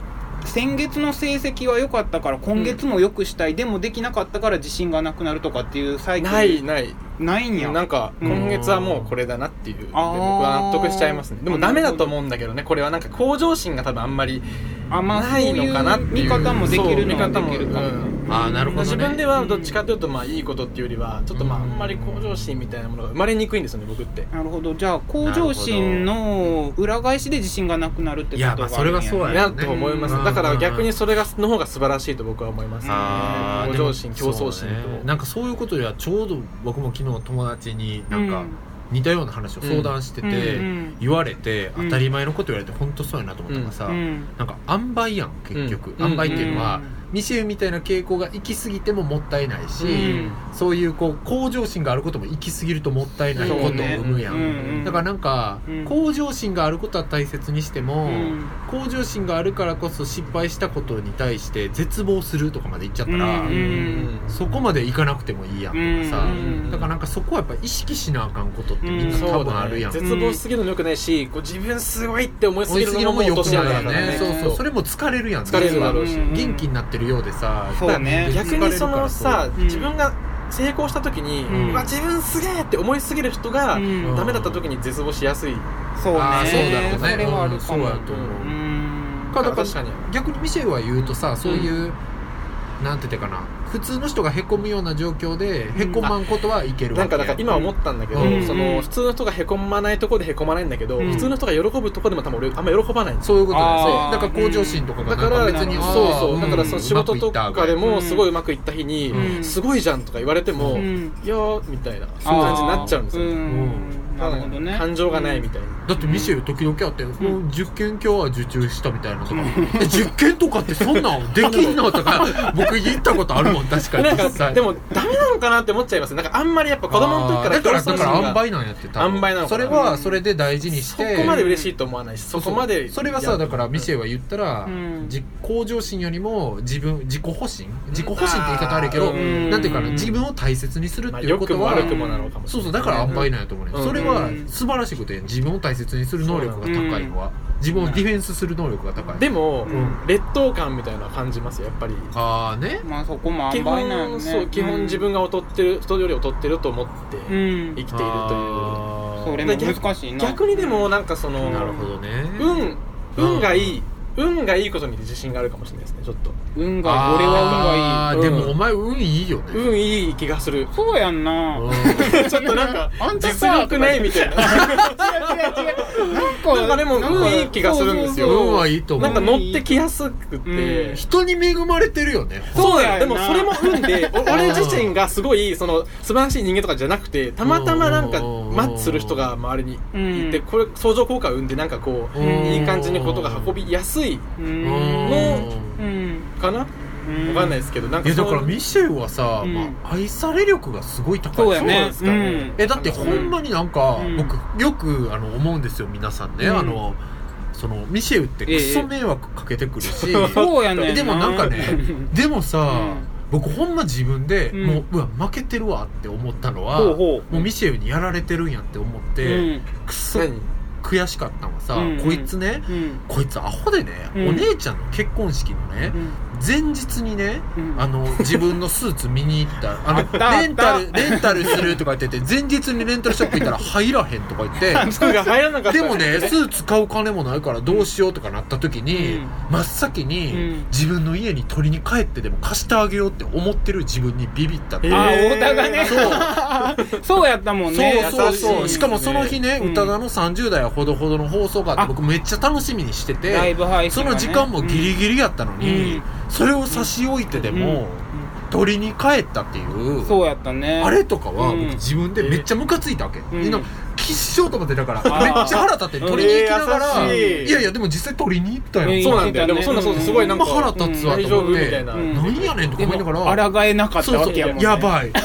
[SPEAKER 2] 先月の成績は良かったから今月も良くしたい、でもできなかったから自信がなくなるとかっていうサイクル
[SPEAKER 1] ないない
[SPEAKER 2] ないんや
[SPEAKER 1] なんか
[SPEAKER 2] うん
[SPEAKER 1] 今月はもうこれだなっていうで僕
[SPEAKER 2] あー
[SPEAKER 1] は納得しちゃいますねでもダメだと思うんだけどねこれはなんか向上心が多分あんまり
[SPEAKER 2] あまあ
[SPEAKER 1] ないのかなっていう
[SPEAKER 2] そういう見方もできるの
[SPEAKER 1] そ
[SPEAKER 2] は
[SPEAKER 1] う見方
[SPEAKER 2] で
[SPEAKER 1] も
[SPEAKER 2] きるかもね、
[SPEAKER 1] うん
[SPEAKER 3] あーなるほどね
[SPEAKER 1] 自分ではどっちかというとまあいいことっていうよりはちょっとまああんまり向上心みたいなものが生まれにくいんですよね僕って
[SPEAKER 2] なるほどじゃあ向上心の裏返しで自信がなくなるってこと
[SPEAKER 3] い
[SPEAKER 2] が
[SPEAKER 3] や
[SPEAKER 2] あるん
[SPEAKER 3] ま
[SPEAKER 2] や
[SPEAKER 3] あそれはそうや
[SPEAKER 1] なと思います
[SPEAKER 3] うん
[SPEAKER 1] だから逆にそれがの方が素晴らしいと僕は思いますね
[SPEAKER 3] あー
[SPEAKER 1] 向上心
[SPEAKER 3] で
[SPEAKER 1] 競
[SPEAKER 3] も
[SPEAKER 1] 争心
[SPEAKER 3] そうね
[SPEAKER 1] と
[SPEAKER 3] なんかそういうことではちょうど僕も昨日友達になんか、似たような話を相談して
[SPEAKER 2] うん
[SPEAKER 3] て
[SPEAKER 2] うん
[SPEAKER 3] 言われて
[SPEAKER 2] うん
[SPEAKER 3] 当たり前のこと言われて本当そうやなと思ったのがさ
[SPEAKER 2] うん
[SPEAKER 3] なんか塩梅やん結局
[SPEAKER 1] うん
[SPEAKER 3] 塩梅っていうのはミシェルみたいな傾向が行き過ぎてももったいないし、
[SPEAKER 2] うん
[SPEAKER 3] そういうこう向上心があることも行き過ぎるともったいないことを
[SPEAKER 2] そうね
[SPEAKER 3] 生むやん、
[SPEAKER 2] うんうん
[SPEAKER 3] だからなんか、
[SPEAKER 2] うん
[SPEAKER 3] 向上心があることは大切にしても、
[SPEAKER 2] うん
[SPEAKER 3] 向上心があるからこそ失敗したことに対して絶望するとかまでいっちゃったら、
[SPEAKER 2] うん
[SPEAKER 3] そこまでいかなくてもいいやんとかさ、
[SPEAKER 2] うん
[SPEAKER 3] だからなんかそこはやっぱ意識しなあかんことってみんな
[SPEAKER 2] うん
[SPEAKER 3] 多分あるやん、
[SPEAKER 1] 絶望しすぎるのもよくないし、こう自分すごいって思いす
[SPEAKER 3] 追
[SPEAKER 1] ぎ
[SPEAKER 3] い
[SPEAKER 1] る
[SPEAKER 3] すぎ
[SPEAKER 1] の
[SPEAKER 3] の
[SPEAKER 1] も
[SPEAKER 3] も
[SPEAKER 1] 落
[SPEAKER 3] よ
[SPEAKER 1] と
[SPEAKER 3] く
[SPEAKER 1] し
[SPEAKER 3] な
[SPEAKER 1] 穴
[SPEAKER 3] い
[SPEAKER 1] だ
[SPEAKER 3] よ
[SPEAKER 1] から
[SPEAKER 3] ね
[SPEAKER 1] ね。
[SPEAKER 3] そうそうそれも疲れるやん
[SPEAKER 1] 疲れるだろうし
[SPEAKER 2] ん
[SPEAKER 3] 元気になってるようでさ
[SPEAKER 2] そうね
[SPEAKER 3] だ
[SPEAKER 1] 逆にそのさ、
[SPEAKER 2] うん
[SPEAKER 1] 自分が成功した時に、
[SPEAKER 2] うん
[SPEAKER 1] うわ自分すげえって思いすぎる人が、
[SPEAKER 2] うん
[SPEAKER 1] ダメだった時に絶望しやすい、
[SPEAKER 2] そうね
[SPEAKER 3] あーそうだろうね
[SPEAKER 2] それはあるかも
[SPEAKER 3] うんそうやと思う
[SPEAKER 2] うん
[SPEAKER 3] かだ
[SPEAKER 1] 確かに
[SPEAKER 3] 逆にミシェルは言うとさそういう、なんて言ったかな普通の人がへこむような状況でへこまんことはいける
[SPEAKER 1] な
[SPEAKER 3] わ
[SPEAKER 1] ん
[SPEAKER 3] け
[SPEAKER 1] か
[SPEAKER 3] や
[SPEAKER 1] だから今思ったんだけど、
[SPEAKER 3] うん
[SPEAKER 1] その普通の人がへこまないとこでへこまないんだけど、
[SPEAKER 2] うん
[SPEAKER 1] 普通の人が喜ぶとこでも多分俺あんま喜ばないんです
[SPEAKER 3] そういうことだ
[SPEAKER 2] あ
[SPEAKER 3] よ
[SPEAKER 2] ー
[SPEAKER 3] だから向上心とか
[SPEAKER 1] だ
[SPEAKER 3] が
[SPEAKER 1] から
[SPEAKER 3] なんか別に
[SPEAKER 2] うん
[SPEAKER 3] あー
[SPEAKER 1] そうそうだからその
[SPEAKER 3] ん
[SPEAKER 1] 仕事とかで
[SPEAKER 3] うまくいっ
[SPEAKER 2] う
[SPEAKER 1] も
[SPEAKER 2] ん
[SPEAKER 1] すごいうまくいった日に
[SPEAKER 3] うん
[SPEAKER 1] 「すごいじゃん」とか言われても「
[SPEAKER 3] う
[SPEAKER 1] い
[SPEAKER 2] ん
[SPEAKER 1] やー」みたいなそういう感じになっちゃうんですよ、
[SPEAKER 2] あー
[SPEAKER 3] う
[SPEAKER 2] うんなるほどね
[SPEAKER 1] 感情がないみたいな、
[SPEAKER 3] たわけだってミシェル時々あって、もう10件今日は受注したみたいなとか、え10件とかってそ んなんできんのとか僕言ったことあるもん確かに
[SPEAKER 1] なん
[SPEAKER 3] 実
[SPEAKER 1] か
[SPEAKER 3] 際
[SPEAKER 1] でもダメなのかなって思っちゃいますなんかあんまりやっぱ子供の時から
[SPEAKER 3] あーだから
[SPEAKER 1] 競
[SPEAKER 3] だ
[SPEAKER 1] 争
[SPEAKER 3] から
[SPEAKER 1] 心が
[SPEAKER 3] 塩梅なんやって多分
[SPEAKER 1] 塩梅なのかな
[SPEAKER 3] それはそれで大事にし
[SPEAKER 1] そ
[SPEAKER 3] て
[SPEAKER 1] こまで嬉しいと思わないしそこまで
[SPEAKER 3] それはさだからミシェは言ったら、
[SPEAKER 2] うん
[SPEAKER 3] じ向上心よりも自分自己保身自己保身って言い方あるけど、
[SPEAKER 1] うん
[SPEAKER 3] なんていうかな
[SPEAKER 2] うん
[SPEAKER 3] 自分を大切にするっ
[SPEAKER 1] まあ
[SPEAKER 3] ていう
[SPEAKER 1] 良
[SPEAKER 3] こ
[SPEAKER 1] く
[SPEAKER 3] と
[SPEAKER 1] も
[SPEAKER 3] は、
[SPEAKER 1] 悪くもなのかもし
[SPEAKER 3] そ
[SPEAKER 1] れ
[SPEAKER 3] う
[SPEAKER 1] ない
[SPEAKER 3] そうだから塩梅なんやと思うね、
[SPEAKER 1] うん
[SPEAKER 3] それは
[SPEAKER 2] うん
[SPEAKER 3] 素晴らしいことやん自分を大切にする能力が高いのは、自分をディフェンスする能力が高い、
[SPEAKER 1] でも、
[SPEAKER 2] うん
[SPEAKER 1] 劣等感みたいなのは感じますよやっぱり
[SPEAKER 3] ああね
[SPEAKER 2] まあそこも
[SPEAKER 1] 基
[SPEAKER 2] 塩梅なんよ
[SPEAKER 1] 本
[SPEAKER 2] ね
[SPEAKER 1] そう基本自分が劣ってる人より劣ってると思って
[SPEAKER 2] う
[SPEAKER 1] 生き
[SPEAKER 2] ん
[SPEAKER 1] ているという、
[SPEAKER 3] あー
[SPEAKER 2] それも難しいな
[SPEAKER 1] 逆にでもなんかその、
[SPEAKER 3] なるほどね、
[SPEAKER 1] 運運がいい運がいいことに自信があるかもしれないですねちょっと
[SPEAKER 2] 運が
[SPEAKER 3] あー
[SPEAKER 2] 俺は運がいい
[SPEAKER 1] いい
[SPEAKER 3] で
[SPEAKER 1] う
[SPEAKER 3] も
[SPEAKER 1] ん
[SPEAKER 3] お前運いいよね、
[SPEAKER 1] 運いい気がする
[SPEAKER 2] そうやんな
[SPEAKER 1] ちょっとなんか
[SPEAKER 2] あんた
[SPEAKER 1] 実
[SPEAKER 2] さ
[SPEAKER 1] 力ないみたいな
[SPEAKER 2] な
[SPEAKER 1] なんかでも
[SPEAKER 2] なんか
[SPEAKER 1] 運いい気がするんですよ
[SPEAKER 2] そうそう
[SPEAKER 3] 運はいいと思
[SPEAKER 1] な
[SPEAKER 3] うん
[SPEAKER 1] か乗ってきやすくて、
[SPEAKER 2] うん
[SPEAKER 3] 人に恵まれてるよね
[SPEAKER 1] そう
[SPEAKER 2] そう
[SPEAKER 1] だ
[SPEAKER 2] や
[SPEAKER 1] よで
[SPEAKER 2] な
[SPEAKER 1] もそれも運で お俺自身がすごいその素晴らしい人間とかじゃなくてたまたまなんかマッチする人が周りに
[SPEAKER 2] うん
[SPEAKER 1] いてこれ相乗効果を生んでなんかこう
[SPEAKER 2] うん
[SPEAKER 1] いい感じにことが運びやすい
[SPEAKER 2] うん
[SPEAKER 1] の
[SPEAKER 2] うん
[SPEAKER 1] かなわ
[SPEAKER 2] うん
[SPEAKER 1] かんないですけどなん
[SPEAKER 3] い
[SPEAKER 1] か
[SPEAKER 3] やだから
[SPEAKER 1] そう
[SPEAKER 3] ミシェルはさ、
[SPEAKER 2] うん
[SPEAKER 3] まあ、愛され力がすごい高い
[SPEAKER 2] そうや
[SPEAKER 1] そうなん
[SPEAKER 2] ね
[SPEAKER 1] ですかね
[SPEAKER 2] うん
[SPEAKER 3] えだってほんまになんか、
[SPEAKER 2] うん
[SPEAKER 3] 僕よくあの思うんですよ皆さんね、
[SPEAKER 2] うん
[SPEAKER 3] あのそのミシェルってクソ迷惑かけてくるし、
[SPEAKER 2] そうやね
[SPEAKER 3] でもなんかねでもさ、
[SPEAKER 2] うん
[SPEAKER 3] 僕ほんま自分で、
[SPEAKER 2] うん
[SPEAKER 3] もううわ負けてるわって思ったのは
[SPEAKER 2] ほうほう
[SPEAKER 3] もうミシェルにやられてるんやって思って、
[SPEAKER 2] うん
[SPEAKER 3] くそ
[SPEAKER 1] 何
[SPEAKER 3] 悔しかったのはさ、
[SPEAKER 2] うん
[SPEAKER 3] こいつね
[SPEAKER 2] うん
[SPEAKER 3] こいつアホでね、
[SPEAKER 2] うん
[SPEAKER 3] お姉ちゃんの結婚式のね、前日にね、
[SPEAKER 2] うん
[SPEAKER 3] あの自分のスーツ見に行ったあの
[SPEAKER 2] たあった
[SPEAKER 3] レンタルレンタルするとか言ってて前日にレンタルショップ行ったら入らへんとか 言って
[SPEAKER 1] 服が入らなかった
[SPEAKER 3] でもねスーツ買う金もないからどうしようとかなった時に、
[SPEAKER 2] うん
[SPEAKER 3] 真っ先に、
[SPEAKER 2] うん
[SPEAKER 3] 自分の家に取りに帰ってでも貸してあげようって思ってる自分にビビったって
[SPEAKER 1] え
[SPEAKER 3] い
[SPEAKER 1] ー
[SPEAKER 3] う
[SPEAKER 2] あー太田がね
[SPEAKER 3] そう
[SPEAKER 2] そうやったもんね
[SPEAKER 3] そうそう
[SPEAKER 1] 優
[SPEAKER 3] そ
[SPEAKER 1] し
[SPEAKER 3] う
[SPEAKER 1] い
[SPEAKER 3] しかもその日ね、
[SPEAKER 2] うん
[SPEAKER 3] 宇多田の30代はほどほどの放送があ
[SPEAKER 2] あ
[SPEAKER 3] って僕めっちゃ楽しみにしてて
[SPEAKER 2] ライブ配信
[SPEAKER 3] そ
[SPEAKER 2] がね
[SPEAKER 3] の時間もギリギリやったのに、
[SPEAKER 2] うん
[SPEAKER 3] それを差し置いてでも、取りに帰ったっていう
[SPEAKER 2] そうやったね
[SPEAKER 3] あれとかは
[SPEAKER 2] うん
[SPEAKER 3] 僕自分でめっちゃムカついたわけ、
[SPEAKER 2] ん
[SPEAKER 3] みんなきっしょうと思ってだから
[SPEAKER 2] あ
[SPEAKER 3] め
[SPEAKER 2] ー
[SPEAKER 3] っちゃ腹立って取りに行きながら、
[SPEAKER 1] えー優しい
[SPEAKER 3] いやいやでも実際取りに行ったよ、
[SPEAKER 2] えー
[SPEAKER 1] そうなんだよでもそんなそうすごいなんか
[SPEAKER 3] ほんま腹立つわ
[SPEAKER 1] 大
[SPEAKER 3] と
[SPEAKER 1] 丈夫
[SPEAKER 3] 思っ
[SPEAKER 1] み
[SPEAKER 3] て、
[SPEAKER 1] たいな、
[SPEAKER 2] うん
[SPEAKER 3] なんやねんとか
[SPEAKER 2] で
[SPEAKER 3] 思い
[SPEAKER 2] も
[SPEAKER 3] ながら
[SPEAKER 2] 抗えなかったわけやもんね
[SPEAKER 3] や ばい別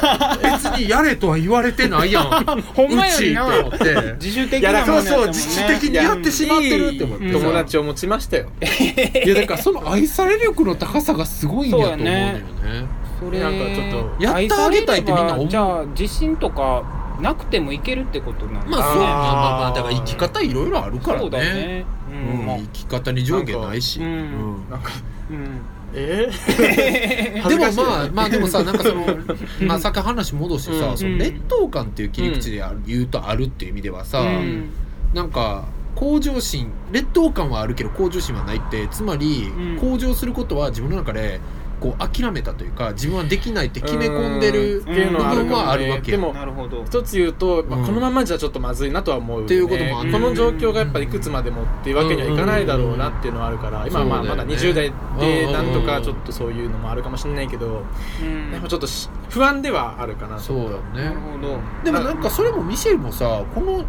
[SPEAKER 3] にやれとは言われてないやん
[SPEAKER 2] ほんまや
[SPEAKER 3] うち
[SPEAKER 2] ん
[SPEAKER 3] と
[SPEAKER 2] な
[SPEAKER 3] 思 って
[SPEAKER 2] 自主的
[SPEAKER 1] いや
[SPEAKER 2] な
[SPEAKER 1] だ
[SPEAKER 2] も
[SPEAKER 1] か
[SPEAKER 2] ん
[SPEAKER 3] そ
[SPEAKER 2] や
[SPEAKER 3] う
[SPEAKER 2] ったもんね
[SPEAKER 3] そう自主的にやってしまってるって思ってさ
[SPEAKER 1] 友達を持ちましたよ
[SPEAKER 3] いやだからその愛され力の高さがすごいんやと思うんだよね
[SPEAKER 2] それ
[SPEAKER 1] なんかちょっと
[SPEAKER 3] やってあげたいってみんな思う
[SPEAKER 2] じゃあ自信とかなくてもいけるってことなんだ
[SPEAKER 3] まあそう
[SPEAKER 1] あー
[SPEAKER 3] まあまあまあだから生き方いろいろあるから
[SPEAKER 2] そうだ
[SPEAKER 3] ね
[SPEAKER 2] ねう
[SPEAKER 3] うんん
[SPEAKER 2] まあ
[SPEAKER 3] 生き方に上下ないし
[SPEAKER 2] うん
[SPEAKER 3] うん
[SPEAKER 1] なんか
[SPEAKER 2] うん
[SPEAKER 1] えー
[SPEAKER 3] で
[SPEAKER 1] 恥ず
[SPEAKER 3] も
[SPEAKER 1] かしいよ
[SPEAKER 3] まあ
[SPEAKER 1] ね
[SPEAKER 3] まあでもさなんかそ のまあさっき話戻して
[SPEAKER 1] う
[SPEAKER 3] さ
[SPEAKER 1] ん
[SPEAKER 3] その劣等感っていう切り口である言うとあるっていう意味ではさ
[SPEAKER 2] うん
[SPEAKER 3] なんか向上心劣等感はあるけど向上心はないってつまり
[SPEAKER 2] うん
[SPEAKER 3] 向上することは自分の中で構諦めたというか自分はできないって決め込んでる
[SPEAKER 1] っていうのはあるか
[SPEAKER 3] 部分は
[SPEAKER 1] も
[SPEAKER 3] あ
[SPEAKER 1] ね
[SPEAKER 3] るわけ
[SPEAKER 1] で
[SPEAKER 3] よ
[SPEAKER 1] も
[SPEAKER 2] なるほど
[SPEAKER 1] 一つ言うと、まあ
[SPEAKER 3] うん
[SPEAKER 1] このままじゃちょっとまずいなとは思うよね、
[SPEAKER 3] っていうこともある
[SPEAKER 1] この状況がやっぱりいくつまでもっていうわけにはいかないだろうなっていうのはあるから、
[SPEAKER 3] ん
[SPEAKER 1] 今はまあ
[SPEAKER 3] そうだ
[SPEAKER 1] ま
[SPEAKER 3] よ
[SPEAKER 1] だ
[SPEAKER 3] ね
[SPEAKER 1] 20代でなんとか
[SPEAKER 3] うん
[SPEAKER 1] ちょっとそういうのもあるかもしれないけど、
[SPEAKER 2] うん
[SPEAKER 1] やっぱちょっとし不安ではあるかなと
[SPEAKER 3] そうよ
[SPEAKER 2] なる
[SPEAKER 3] ね
[SPEAKER 2] ほど
[SPEAKER 3] でもなんかそれもミシェルもさこの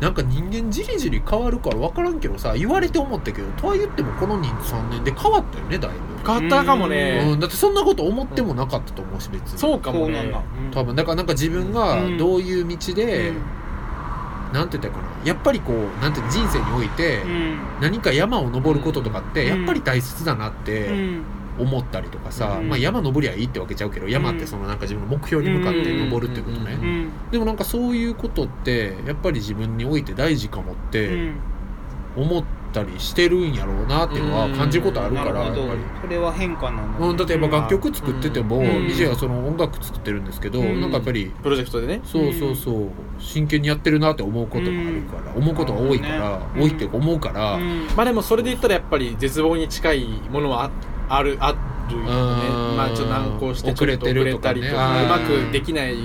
[SPEAKER 3] なんか人間じりじり変わるから分からんけどさ言われて思ったけどとは言ってもこの23年で変わったよねだいぶ、
[SPEAKER 1] 変わったかも
[SPEAKER 3] う
[SPEAKER 1] ね、
[SPEAKER 3] ん、だってそんなこと思ってもなかったと思うし別に
[SPEAKER 1] そうか
[SPEAKER 2] そ
[SPEAKER 1] も
[SPEAKER 2] うな
[SPEAKER 1] ね
[SPEAKER 2] んだ
[SPEAKER 3] 多分だからなんか自分が
[SPEAKER 2] うん
[SPEAKER 3] どういう道で、
[SPEAKER 2] うん
[SPEAKER 3] なんて言ったらいいかなやっぱりこうなんて人生において、
[SPEAKER 2] うん
[SPEAKER 3] 何か山を登ることとかって
[SPEAKER 2] う
[SPEAKER 3] や
[SPEAKER 2] ん
[SPEAKER 3] っぱり大切だなっ
[SPEAKER 2] う
[SPEAKER 3] て
[SPEAKER 2] ん
[SPEAKER 3] 思ったりとかさ、
[SPEAKER 2] うん
[SPEAKER 3] まあ、山登りゃいいってわけちゃうけど山ってそのなんか自分の目標に向かって登るってことね、
[SPEAKER 1] うん
[SPEAKER 2] うん
[SPEAKER 3] でもなんかそういうことってやっぱり自分において大事かもっ
[SPEAKER 2] う
[SPEAKER 3] て
[SPEAKER 2] ん
[SPEAKER 3] 思ったりしてるんやろうなっていうのは感じることある
[SPEAKER 2] な
[SPEAKER 3] か
[SPEAKER 2] る
[SPEAKER 3] らや
[SPEAKER 2] ほ
[SPEAKER 3] っ
[SPEAKER 2] ど
[SPEAKER 3] ぱり。
[SPEAKER 2] それは変化なんだ
[SPEAKER 3] うん、だってやっぱ楽曲作ってても、
[SPEAKER 2] うん
[SPEAKER 3] ミジェはその音楽作ってるんですけど、
[SPEAKER 2] うん
[SPEAKER 3] なんかやっぱり
[SPEAKER 1] プロジェクトでね
[SPEAKER 3] そうそうそう真剣にやってるなって思うことがあるから、思うことが多いから、
[SPEAKER 2] うん
[SPEAKER 3] 多いっていうか思うから、
[SPEAKER 2] うん
[SPEAKER 1] まあでもそれで言ったらやっぱり絶望に近いものはああるあるよね
[SPEAKER 3] うん
[SPEAKER 1] まあちょっと難航してちょっと
[SPEAKER 3] 遅れて
[SPEAKER 1] 遅
[SPEAKER 3] る
[SPEAKER 1] れ
[SPEAKER 3] と
[SPEAKER 1] た
[SPEAKER 3] かね
[SPEAKER 1] りと
[SPEAKER 3] あ
[SPEAKER 1] か
[SPEAKER 3] ー
[SPEAKER 1] うまくできないって